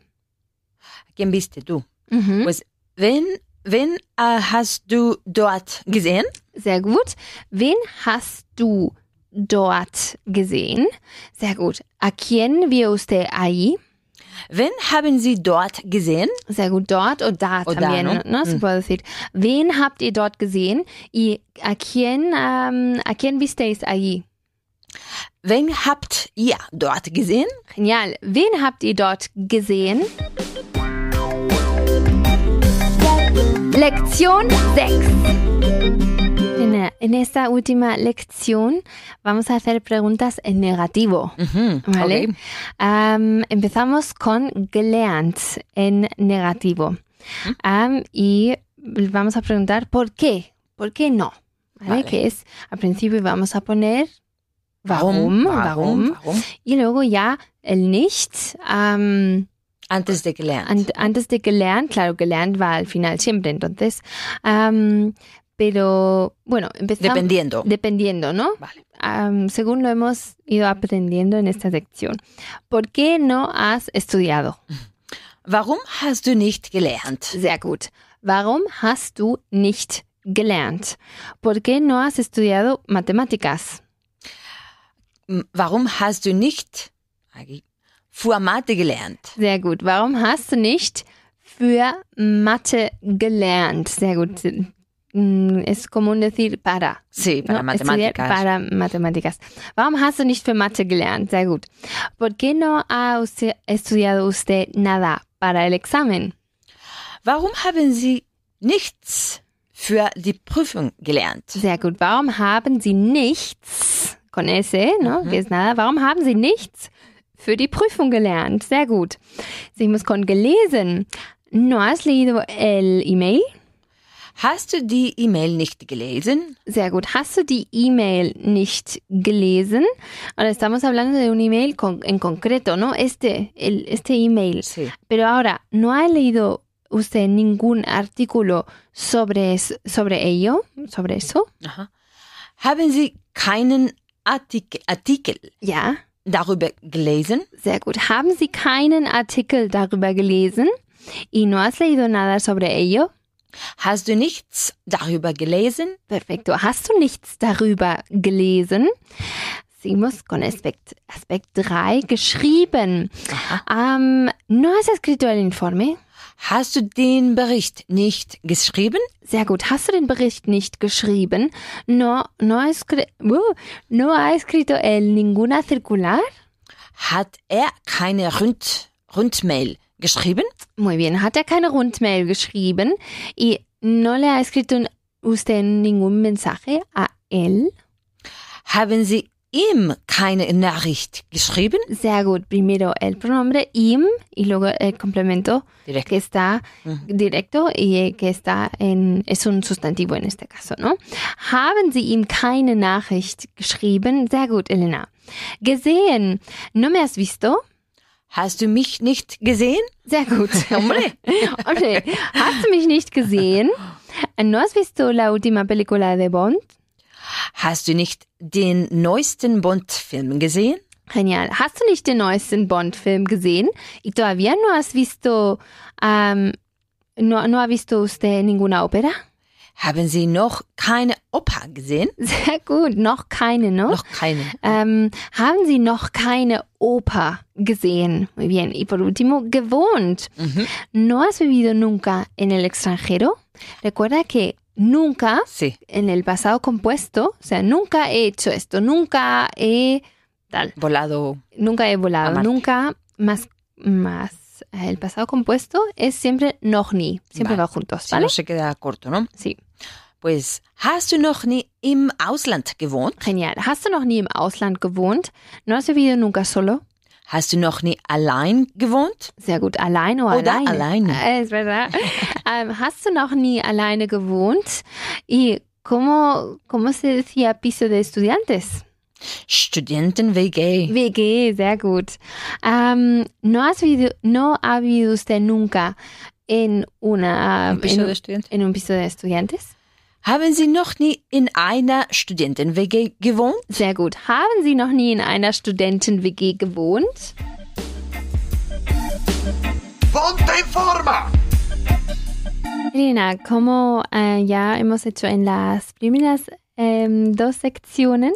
C: ¿A quién viste tú?
A: Ujú,
C: Pues, wen, wen äh, hast du dort gesehen?
A: Sehr gut. Wen hast du dort gesehen? Sehr gut. ¿A quién vio usted allí?
C: Wen haben Sie dort gesehen?
A: Sehr gut. Dort o da
C: O da,
A: también, ne?
C: ¿no?
A: ¿no? Se
C: Mm.
A: puede decir. ¿Wen habt ihr dort gesehen? ähm, ¿Y a quién, am, a quién visteis allí?
C: Wen habt ihr dort gesehen?
A: Genial. ¿Wen habt ihr dort gesehen?
D: Lektion 6.
A: En, en esta última lección vamos a hacer preguntas en negativo.
C: Mhm.
A: ¿Vale?
C: Okay.
A: Am, empezamos con gelernt en negativo. Am, y vamos a preguntar por qué, por qué no. ¿Vale?
C: Vale.
A: Que es, al principio vamos a poner warum, warum, Y luego ya el nicht. am
C: Antes de gelernt.
A: An- antes de gelernt, claro, gelernt va al final siempre, entonces. am, pero bueno, empezamos.
C: Dependiendo.
A: Dependiendo, ¿no?
C: Vale.
A: Am, según lo hemos ido aprendiendo en esta sección. ¿Por qué no has estudiado?
C: Warum hast du nicht gelernt?
A: Sehr gut. Warum hast du nicht gelernt? ¿Por qué no has estudiado matemáticas?
C: M- Warum hast du nicht Agi, für Mathe gelernt?
A: Sehr gut. Warum hast du nicht für Mathe gelernt? Sehr gut. Mm, Es común decir para.
C: Sí, para
A: ¿no? Estudiar
C: matemáticas.
A: Para matemáticas. Warum hast du nicht für Mathe gelernt? Sehr gut. ¿Por qué no ha usted estudiado usted nada para el examen?
C: Warum haben sie nichts für die Prüfung gelernt?
A: Sehr gut. Warum haben Sie nichts con ese, ¿no? Que es nada. Warum haben Sie nichts für die Prüfung gelernt? Sehr gut. Seguimos con gelesen. ¿No has leído el email?
C: Hast du die E-Mail nicht gelesen?
A: Sehr gut. Hast du die E-Mail nicht gelesen? Ahora estamos hablando de un email con- en concreto, ¿no? Este, el, este email.
C: Sí.
A: Pero ahora, ¿no ha leído usted ningún artículo sobre, es- sobre ello? ¿Sobre eso?
C: Aha. Haben Sie keinen Artikel, Artikel
A: Ya.
C: darüber gelesen?
A: Sehr gut. Haben Sie keinen Artikel darüber gelesen? ¿Y no has leído nada sobre ello?
C: Hast du nichts darüber gelesen?
A: Perfecto. Hast du nichts darüber gelesen? Seguimos con Aspekt, Aspekt 3. Geschrieben.
C: Aha.
A: Am, ¿No has escrito el informe?
C: Hast du den Bericht nicht geschrieben?
A: Sehr gut. Hast du den Bericht nicht geschrieben? No, no, ha escri- uh, no ha escrito el ninguna circular?
C: Hat er keine Rund, Rundmail geschrieben?
A: Muy bien. Hat er keine Rundmail geschrieben? ¿Y no le ha escrito usted ningún mensaje a él?
C: Haben Sie ihm keine Nachricht geschrieben?
A: Sehr gut. Primero el pronombre im y luego el complemento
C: Direkt.
A: que está directo y eh, que está en, es un sustantivo en este caso, ¿no? Haben Sie ihm keine Nachricht geschrieben? Sehr gut, Elena. Gesehen. ¿No me has visto?
C: Hast du mich nicht gesehen?
A: Sehr gut.
C: Hombre.
A: Hombre, hast du mich nicht gesehen? ¿No has visto la última película de Bond?
C: Hast du nicht den neuesten Bond-Film gesehen?
A: Genial. Hast du nicht den neuesten Bond-Film gesehen? ¿Y todavía no has visto, am, no, no ha visto usted ninguna ópera?
C: Haben Sie noch keine Oper gesehen?
A: Sehr gut. Noch keine, ¿no?
C: Noch keine.
A: Ähm, haben Sie noch keine Oper gesehen? Muy bien. Y por último, gewohnt.
C: Mhm.
A: ¿No has vivido nunca en el extranjero? Recuerda que nunca
C: Sí.
A: en el pasado compuesto, o sea, nunca he hecho esto, nunca he tal.
C: Volado.
A: Nunca he volado,
C: Amarte.
A: nunca más, más. eh, El pasado compuesto es siempre noch nie. Siempre va
C: Vale.
A: juntos,
C: Si
A: ¿vale?
C: no se queda corto, ¿no?
A: Sí.
C: Pues, ¿has du noch nie im Ausland gewohnt?
A: Genial. Hast du noch nie im Ausland gewohnt? No has vivido nunca solo?
C: Hast du noch nie allein gewohnt?
A: Sehr gut. Allein oder,
C: Oder
A: alleine?
C: alleine.
A: Eh, Es verdad. ähm, hast du noch nie alleine gewohnt? ¿Y cómo, cómo se decía piso de estudiantes?
C: Studenten-WG.
A: WG, sehr gut. Ähm, no, has vivido, no ha vivido usted nunca en, una,
C: Ein bisschen
A: en,
C: der Student.
A: en un piso de estudiantes?
C: Haben Sie noch nie in einer Studenten-WG gewohnt?
A: Sehr gut. Haben Sie noch nie in einer Studenten-WG gewohnt?
B: ¡Ponte en forma!
A: Elena, como eh, ya hemos hecho en las primeras em, dos secciones,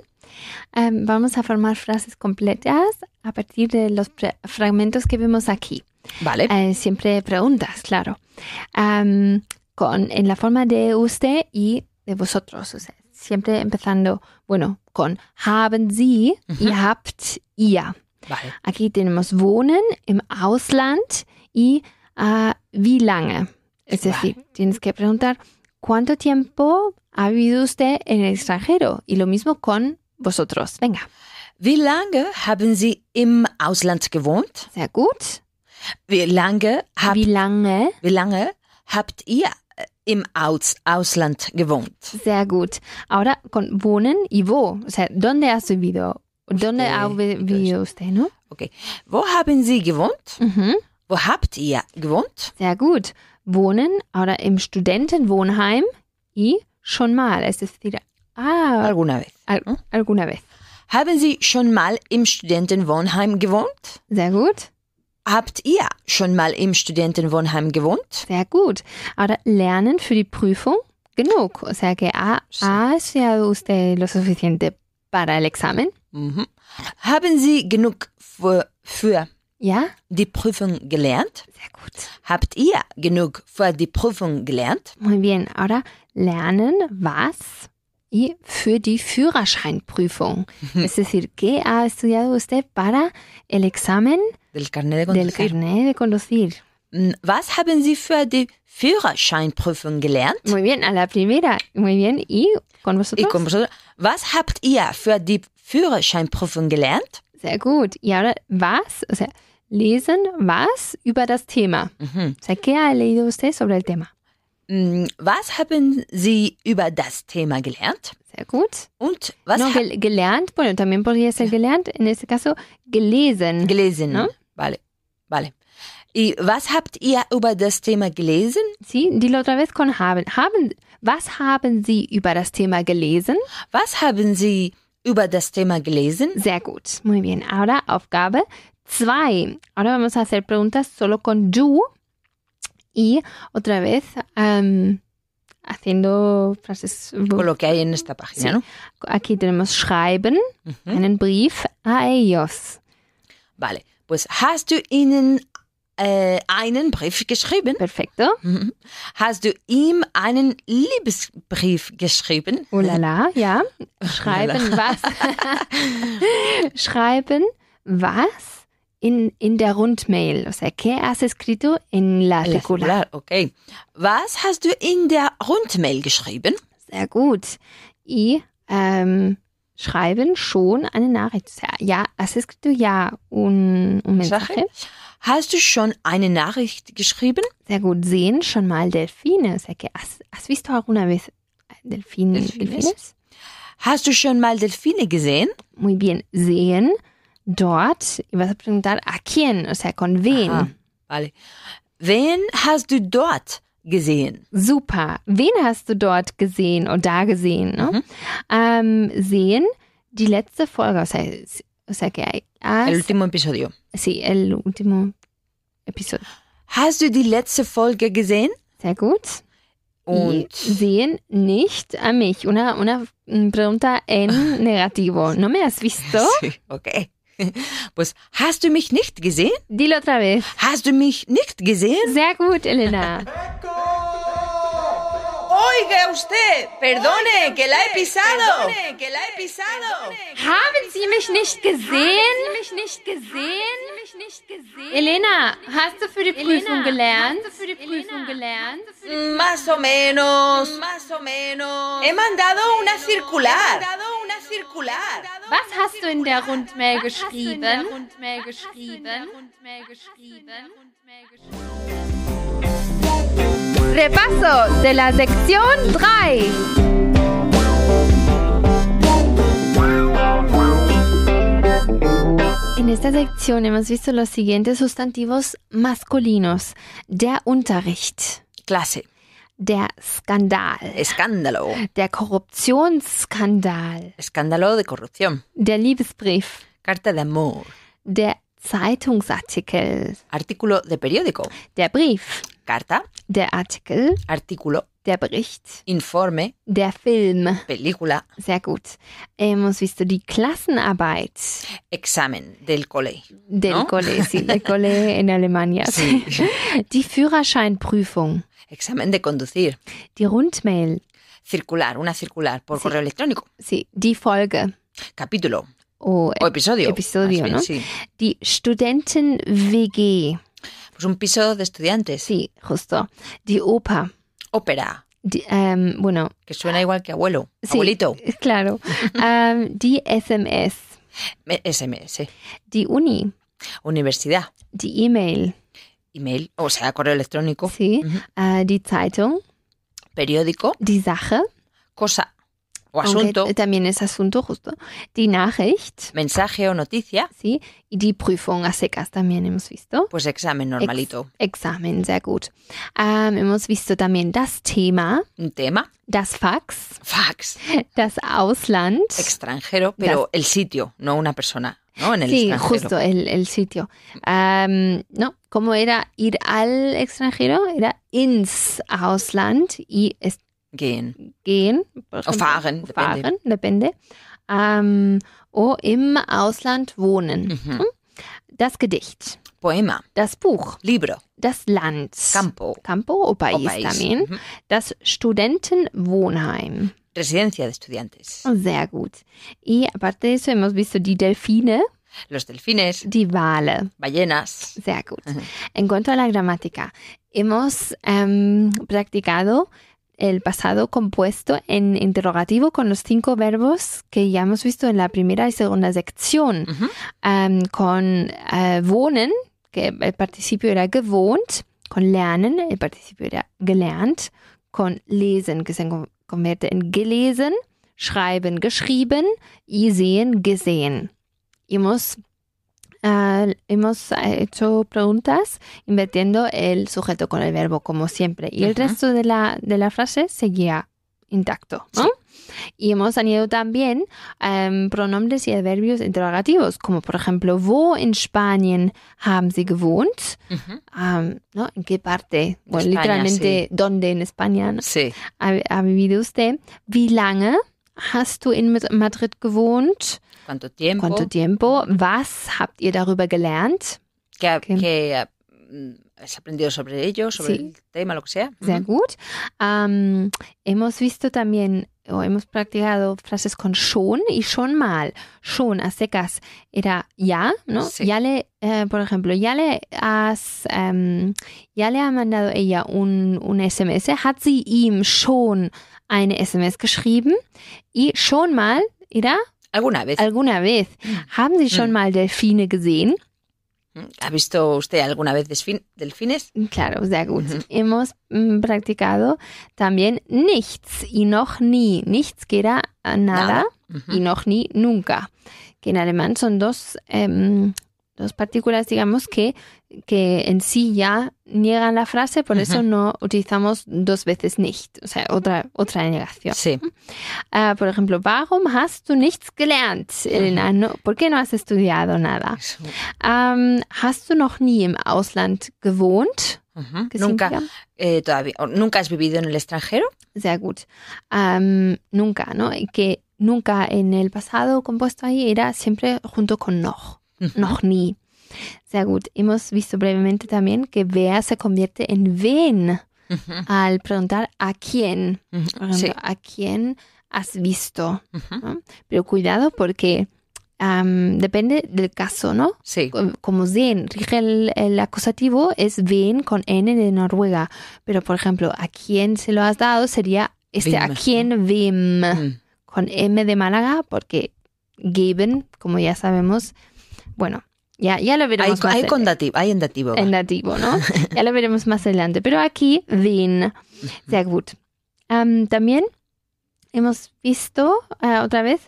A: em, vamos a formar frases completas a partir de los pre- fragmentos que vemos aquí.
C: Vale.
A: Eh, siempre preguntas, claro. Am, con, en la forma de usted y de vosotros. O sea, siempre empezando, bueno, con haben Sie y habt ihr.
C: Vale.
A: Aquí tenemos wohnen im Ausland y ah, wie lange. Es decir, tienes que preguntar cuánto tiempo ha vivido usted en el extranjero y lo mismo con vosotros. Venga,
C: Wie lange haben Sie im Ausland gewohnt?
A: sehr gut.
C: Wie lange, hab,
A: Wie
C: wie,
A: lange?
C: lange habt ihr äh, im Aus, Ausland gewohnt?
A: Sehr gut. Ahora con wohnen y wo. O sea, ¿dónde has vivido Und dann
C: Verstehe.
A: auch wie, wie aus denen.
C: Okay. Wo haben Sie gewohnt?
A: Mhm.
C: Wo habt ihr gewohnt?
A: Sehr gut. Wohnen oder im Studentenwohnheim y schon mal. Es ist wieder ah,
C: Alguna vez.
A: al- alguna vez.
C: Haben Sie schon mal im Studentenwohnheim gewohnt?
A: Sehr gut.
C: Habt ihr schon mal im Studentenwohnheim gewohnt?
A: Sehr gut. Ahora, lernen für die Prüfung genug. O sea que ha,
C: Sí.
A: ha estudiado usted lo suficiente para el examen.
C: Mhm. Haben Sie genug für, für
A: Ja?
C: die Prüfung gelernt?
A: Sehr gut.
C: Habt ihr genug für die Prüfung gelernt?
A: Muy bien. Ahora, lernen was y für die Führerscheinprüfung. Es decir, ¿qué ha estudiado usted para el examen
C: Del carnet de
A: del
C: conducir.
A: carnet de conducir?
C: Mm, Was haben Sie für die Führerscheinprüfung gelernt?
A: Muy bien, a la primera. Muy bien. ¿Y con
C: Ich
A: vosotros?
C: komm schon. Was habt ihr für die Führerscheinprüfung gelernt?
A: Sehr gut. Y ahora, was, o sea, lesen was über das Thema.
C: Mhm.
A: O sea, ¿qué ha leído usted sobre el tema?
C: Mm, Was haben Sie über das Thema gelernt?
A: Sehr gut.
C: Und was
A: no,
C: habt
A: gel- gelernt, bueno, también podría ser gelernt, en este caso, gelesen.
C: ihr gelesen?
A: ne?
C: Vale, vale. I- Was habt ihr über das Thema gelesen?
A: sí, dilo otra vez con haben. haben. Was haben Sie über das Thema gelesen?
C: Was haben Sie über das Thema gelesen?
A: Sehr gut. Muy bien. Ahora, Aufgabe 2. Ahora vamos a hacer preguntas solo con du y otra vez em, haciendo frases.
C: Con lo que hay en esta página,
A: Sí.
C: ¿no?
A: Aquí tenemos schreiben,
C: Mhm.
A: einen Brief a ellos.
C: Vale. Pues hast du ihnen äh, einen Brief geschrieben?
A: Perfecto.
C: Mhm. Hast du ihm einen Liebesbrief geschrieben?
A: Oh la la, ja. Schreiben was? Schreiben was in, in der Rundmail. O sea, ¿qué has escrito en la circular?
C: Circular, okay. Was hast du in der Rundmail geschrieben?
A: Sehr gut. Y ähm, schreiben schon eine Nachricht. O sea, ja, has escrito ya un, un mensaje.
C: Sache? Hast du schon eine Nachricht geschrieben?
A: Sehr gut. Sehen schon mal Delfine. O sea, que has, has visto alguna vez Delfin,
C: Delfines?
A: Delfines?
C: Hast du schon mal Delfine gesehen?
A: Muy bien. Sehen dort. Y vas a preguntar a quién. O sea, con wen.
C: Ah, vale. Wen hast du dort gesehen?
A: Super. Wen hast du dort gesehen und da gesehen? Ne?
C: Mhm.
A: Ähm, sehen die letzte Folge. O sea, o sea que hay- has-
C: El último episodio.
A: Sí, el último episodio.
C: Hast du die letzte Folge gesehen?
A: Sehr gut.
C: Und
A: Y sehen nicht a mich. Una, una pregunta en negativo. ¿No me has visto?
C: Sí, okay. Pues, hast du mich nicht gesehen?
A: Dilo otra vez.
C: Hast du mich nicht gesehen?
A: Sehr gut, Elena.
D: Oiga usted, perdone que la he pisado. Perdone que la he pisado.
A: Haben Sie mich nicht gesehen? Haben Sie mich nicht gesehen? Elena, hast du für die Prüfung gelernt? Hast du für die Prüfung gelernt?
D: Más o menos. Más o menos. He mandado una circular. He mandado una circular.
A: Was hast du in der Rundmail geschrieben? Repaso de la sección 3. En esta sección hemos visto los siguientes sustantivos masculinos. Der Unterricht,
C: Klasse.
A: der Skandal,
C: Escándalo.
A: der Korruptionsskandal,
C: Escándalo de corrupción.
A: der Liebesbrief,
C: Carta de amor.
A: der Zeitungsartikel,
C: Artículo de periódico.
A: der Brief,
C: Carta.
A: der Artikel,
C: Artículo.
A: der Bericht,
C: Informe.
A: der Film.
C: Película.
A: Sehr gut. Ähm, Hemos visto die Klassenarbeit
C: Examen del colegio.
A: del
C: No?
A: Cole, sí, del Cole en Alemania.
C: Sí.
A: Die Führerscheinprüfung,
C: Examen de conducir.
A: die Rundmail,
C: Circular. Una circular por
A: Sí.
C: correo electrónico.
A: sí, die Folge
C: Capítulo.
A: o
C: O episodio.
A: Eh, Episodio,
C: más bien,
A: ¿no?
C: Sí.
A: die Studenten-WG.
C: Pues un piso de estudiantes.
A: Sí, justo. Die Oper.
C: Ópera.
A: Die, ähm, bueno,
C: Que suena igual que abuelo.
A: sí,
C: Abuelito.
A: claro. ähm, die SMS,
C: Me- SMS.
A: die Uni,
C: Universidad.
A: die E-Mail,
C: Email. O sea, correo electrónico.
A: sí,
C: Mhm.
A: äh, die Zeitung,
C: Periódico.
A: die Sache,
C: Cosa. o asunto,
A: Aunque también es asunto justo. Die Nachricht,
C: mensaje o noticia,
A: ¿sí? Y die Prüfung a secas también hemos visto.
C: pues examen normalito.
A: Ex Examen, sehr gut. Ähm, hemos visto también das Thema,
C: Un tema,
A: das Fax,
C: fax,
A: das Ausland.
C: extranjero, pero el sitio, no una persona, ¿no? En el
A: sí,
C: extranjero.
A: justo, el, el sitio. Ähm, no, ¿cómo era ir al extranjero? Era ins Ausland y es
C: Gehen.
A: gehen. por
C: O
A: ejemplo,
C: fahren, depende.
A: fahren, depende. Ähm, o im Ausland wohnen.
C: Ujú.
A: Das Gedicht,
C: Poema,
A: das Buch,
C: libro,
A: das Land.
C: campo,
A: Campo o país,
C: o país.
A: también.
C: Ujú.
A: Das Studentenwohnheim.
C: Residencia de estudiantes.
A: Sehr gut. Y aparte de eso hemos visto die Delfine,
C: Los delfines,
A: die Wale.
C: ballenas.
A: Sehr gut.
C: Ujú.
A: En cuanto a la gramática, hemos em, practicado el pasado compuesto en interrogativo con los cinco verbos que ya hemos visto en la primera y segunda sección,
C: Ujú.
A: Em, con eh, wohnen, que el participio era gewohnt, con lernen, el participio era gelernt, con lesen, que se con- convierte en gelesen, schreiben, geschrieben y sehen, gesehen. Hemos Ah, hemos hecho preguntas invirtiendo el sujeto con el verbo, como siempre. Y el
C: Ajá.
A: resto de la, de la frase seguía intacto. ¿no? Y hemos añadido también em, pronombres y adverbios interrogativos, como por ejemplo, ¿wo en Spanien haben Sie gewohnt?
C: Ujú.
A: Am, ¿no? ¿En qué parte? Bueno,
C: España,
A: literalmente, ¿dónde en España ¿no?
C: Sí,
A: ha, ha vivido usted? ¿Wie lange hast du in Mad- Madrid gewohnt?
C: cuánto tiempo,
A: ¿Cuánto tiempo? ¿Was habt ihr darüber gelernt?
C: que, ha-
A: que-
C: que ha- mm, has aprendido sobre ello, sobre
A: Sí.
C: el tema, lo que sea.
A: Sehr
C: Ujú.
A: gut. Ähm, hemos visto también, o hemos practicado frases con schon y schon mal. Schon a secas era ya, ¿no?
C: Sí.
A: Ya le, eh, por ejemplo, ya le has, em, ya le ha mandado ella un, un SMS. Hat sie ihm schon eine SMS geschrieben? Y schon mal era
C: ¿Alguna vez
A: alguna vez. Haben Sie schon
C: Mm.
A: mal Delfine gesehen?
C: ha visto usted alguna vez desfin- delfines?
A: Claro, sehr gut.
C: Ujú.
A: Hemos mm, practicado también nichts y noch nie. Nichts que era eh, nada,
C: Ujú.
A: y noch nie nunca. Que en alemán son dos, em, dos partículas, digamos, que, que en sí ya niegan la frase, por eso
C: Ujú.
A: no utilizamos dos veces nicht. O sea, otra, otra negación.
C: Sí,
A: Ah, por ejemplo, warum hast du nichts gelernt? Elena? No- ¿Por qué no has estudiado nada?
C: Eso.
A: Ähm, hast du noch nie im Ausland gewohnt?
C: Ujú.
A: que
C: Nunca,
A: significa?
C: eh, todavía, o nunca has vivido en el extranjero.
A: Sehr gut. Ähm, nunca, ¿no? Y Que nunca en el pasado compuesto ahí era siempre junto con noch.
C: Ujú.
A: Noch nie. Sehr gut. Hemos visto brevemente también que wer se convierte en wen
C: Ujú.
A: al preguntar a quién. Por
C: Ujú.
A: ejemplo,
C: Sí.
A: a quién has visto.
C: Ujú.
A: Pero cuidado porque am, depende del caso, ¿no?
C: Sí.
A: Com- como sehen, rige el, el acusativo es ven con N de Noruega. Pero, por ejemplo, a quién se lo has dado sería este a
C: Vem.
A: quién vem
C: Mm.
A: con M de Málaga, porque geben, como ya sabemos, bueno, ya, ya lo
C: Hay,
A: veremos más
C: hay
A: en-
C: con dati- hay en dativo.
A: en dativo, ¿no? ya lo veremos más adelante. Pero aquí ven. Sehr gut. Ähm, también hemos visto eh, otra vez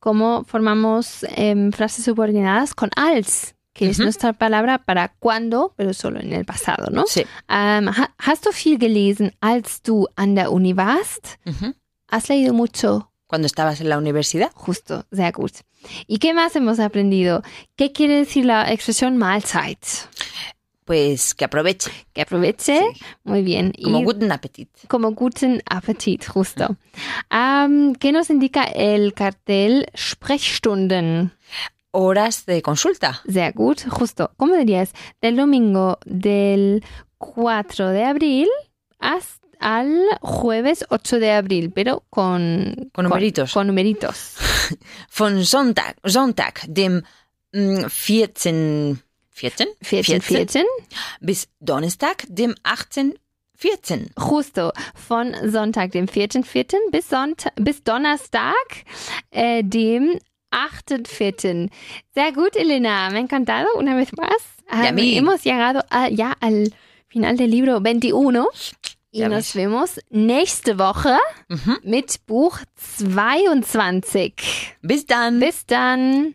A: cómo formamos em, frases subordinadas con als, que es
C: Ujú.
A: nuestra palabra para cuando, pero solo en el pasado, ¿no?
C: Sí.
A: Ähm, ha- ¿Has du viel gelesen, als du an der Uni warst?
C: Ujú.
A: ¿Has leído mucho?
C: Cuando estabas en la universidad.
A: Justo, sehr gut. ¿Y qué más hemos aprendido? ¿Qué quiere decir la expresión Mahlzeit?
C: Pues que aproveche.
A: Que aproveche.
C: Sí.
A: Muy bien. Y-
C: Como guten appetit.
A: como guten Appetit, justo. Am, ¿Qué nos indica el cartel Sprechstunden?
C: Horas de consulta.
A: Sehr gut, justo. ¿Cómo dirías? Del domingo del 4 de abril hasta al jueves 8 de abril, pero con...
C: Con numeritos.
A: Con, numeritos.
C: Von Sonntag, Sonntag, dem mm, 14. 14?
A: 14, 14.
C: Bis Donnerstag, dem 18. 14.
A: Justo. Von Sonntag, dem 4.4. bis, Sonntag, bis Donnerstag, äh, dem 8.4. Sehr gut, Elena. Me ha encantado. Una vez más.
C: Y a mí.
A: hemos llegado a- ya al final del libro 21. Y
C: Ya
A: nos
C: ves.
A: vemos nächste Woche
C: Mhm.
A: mit Buch 22.
C: Bis dann.
A: Bis dann.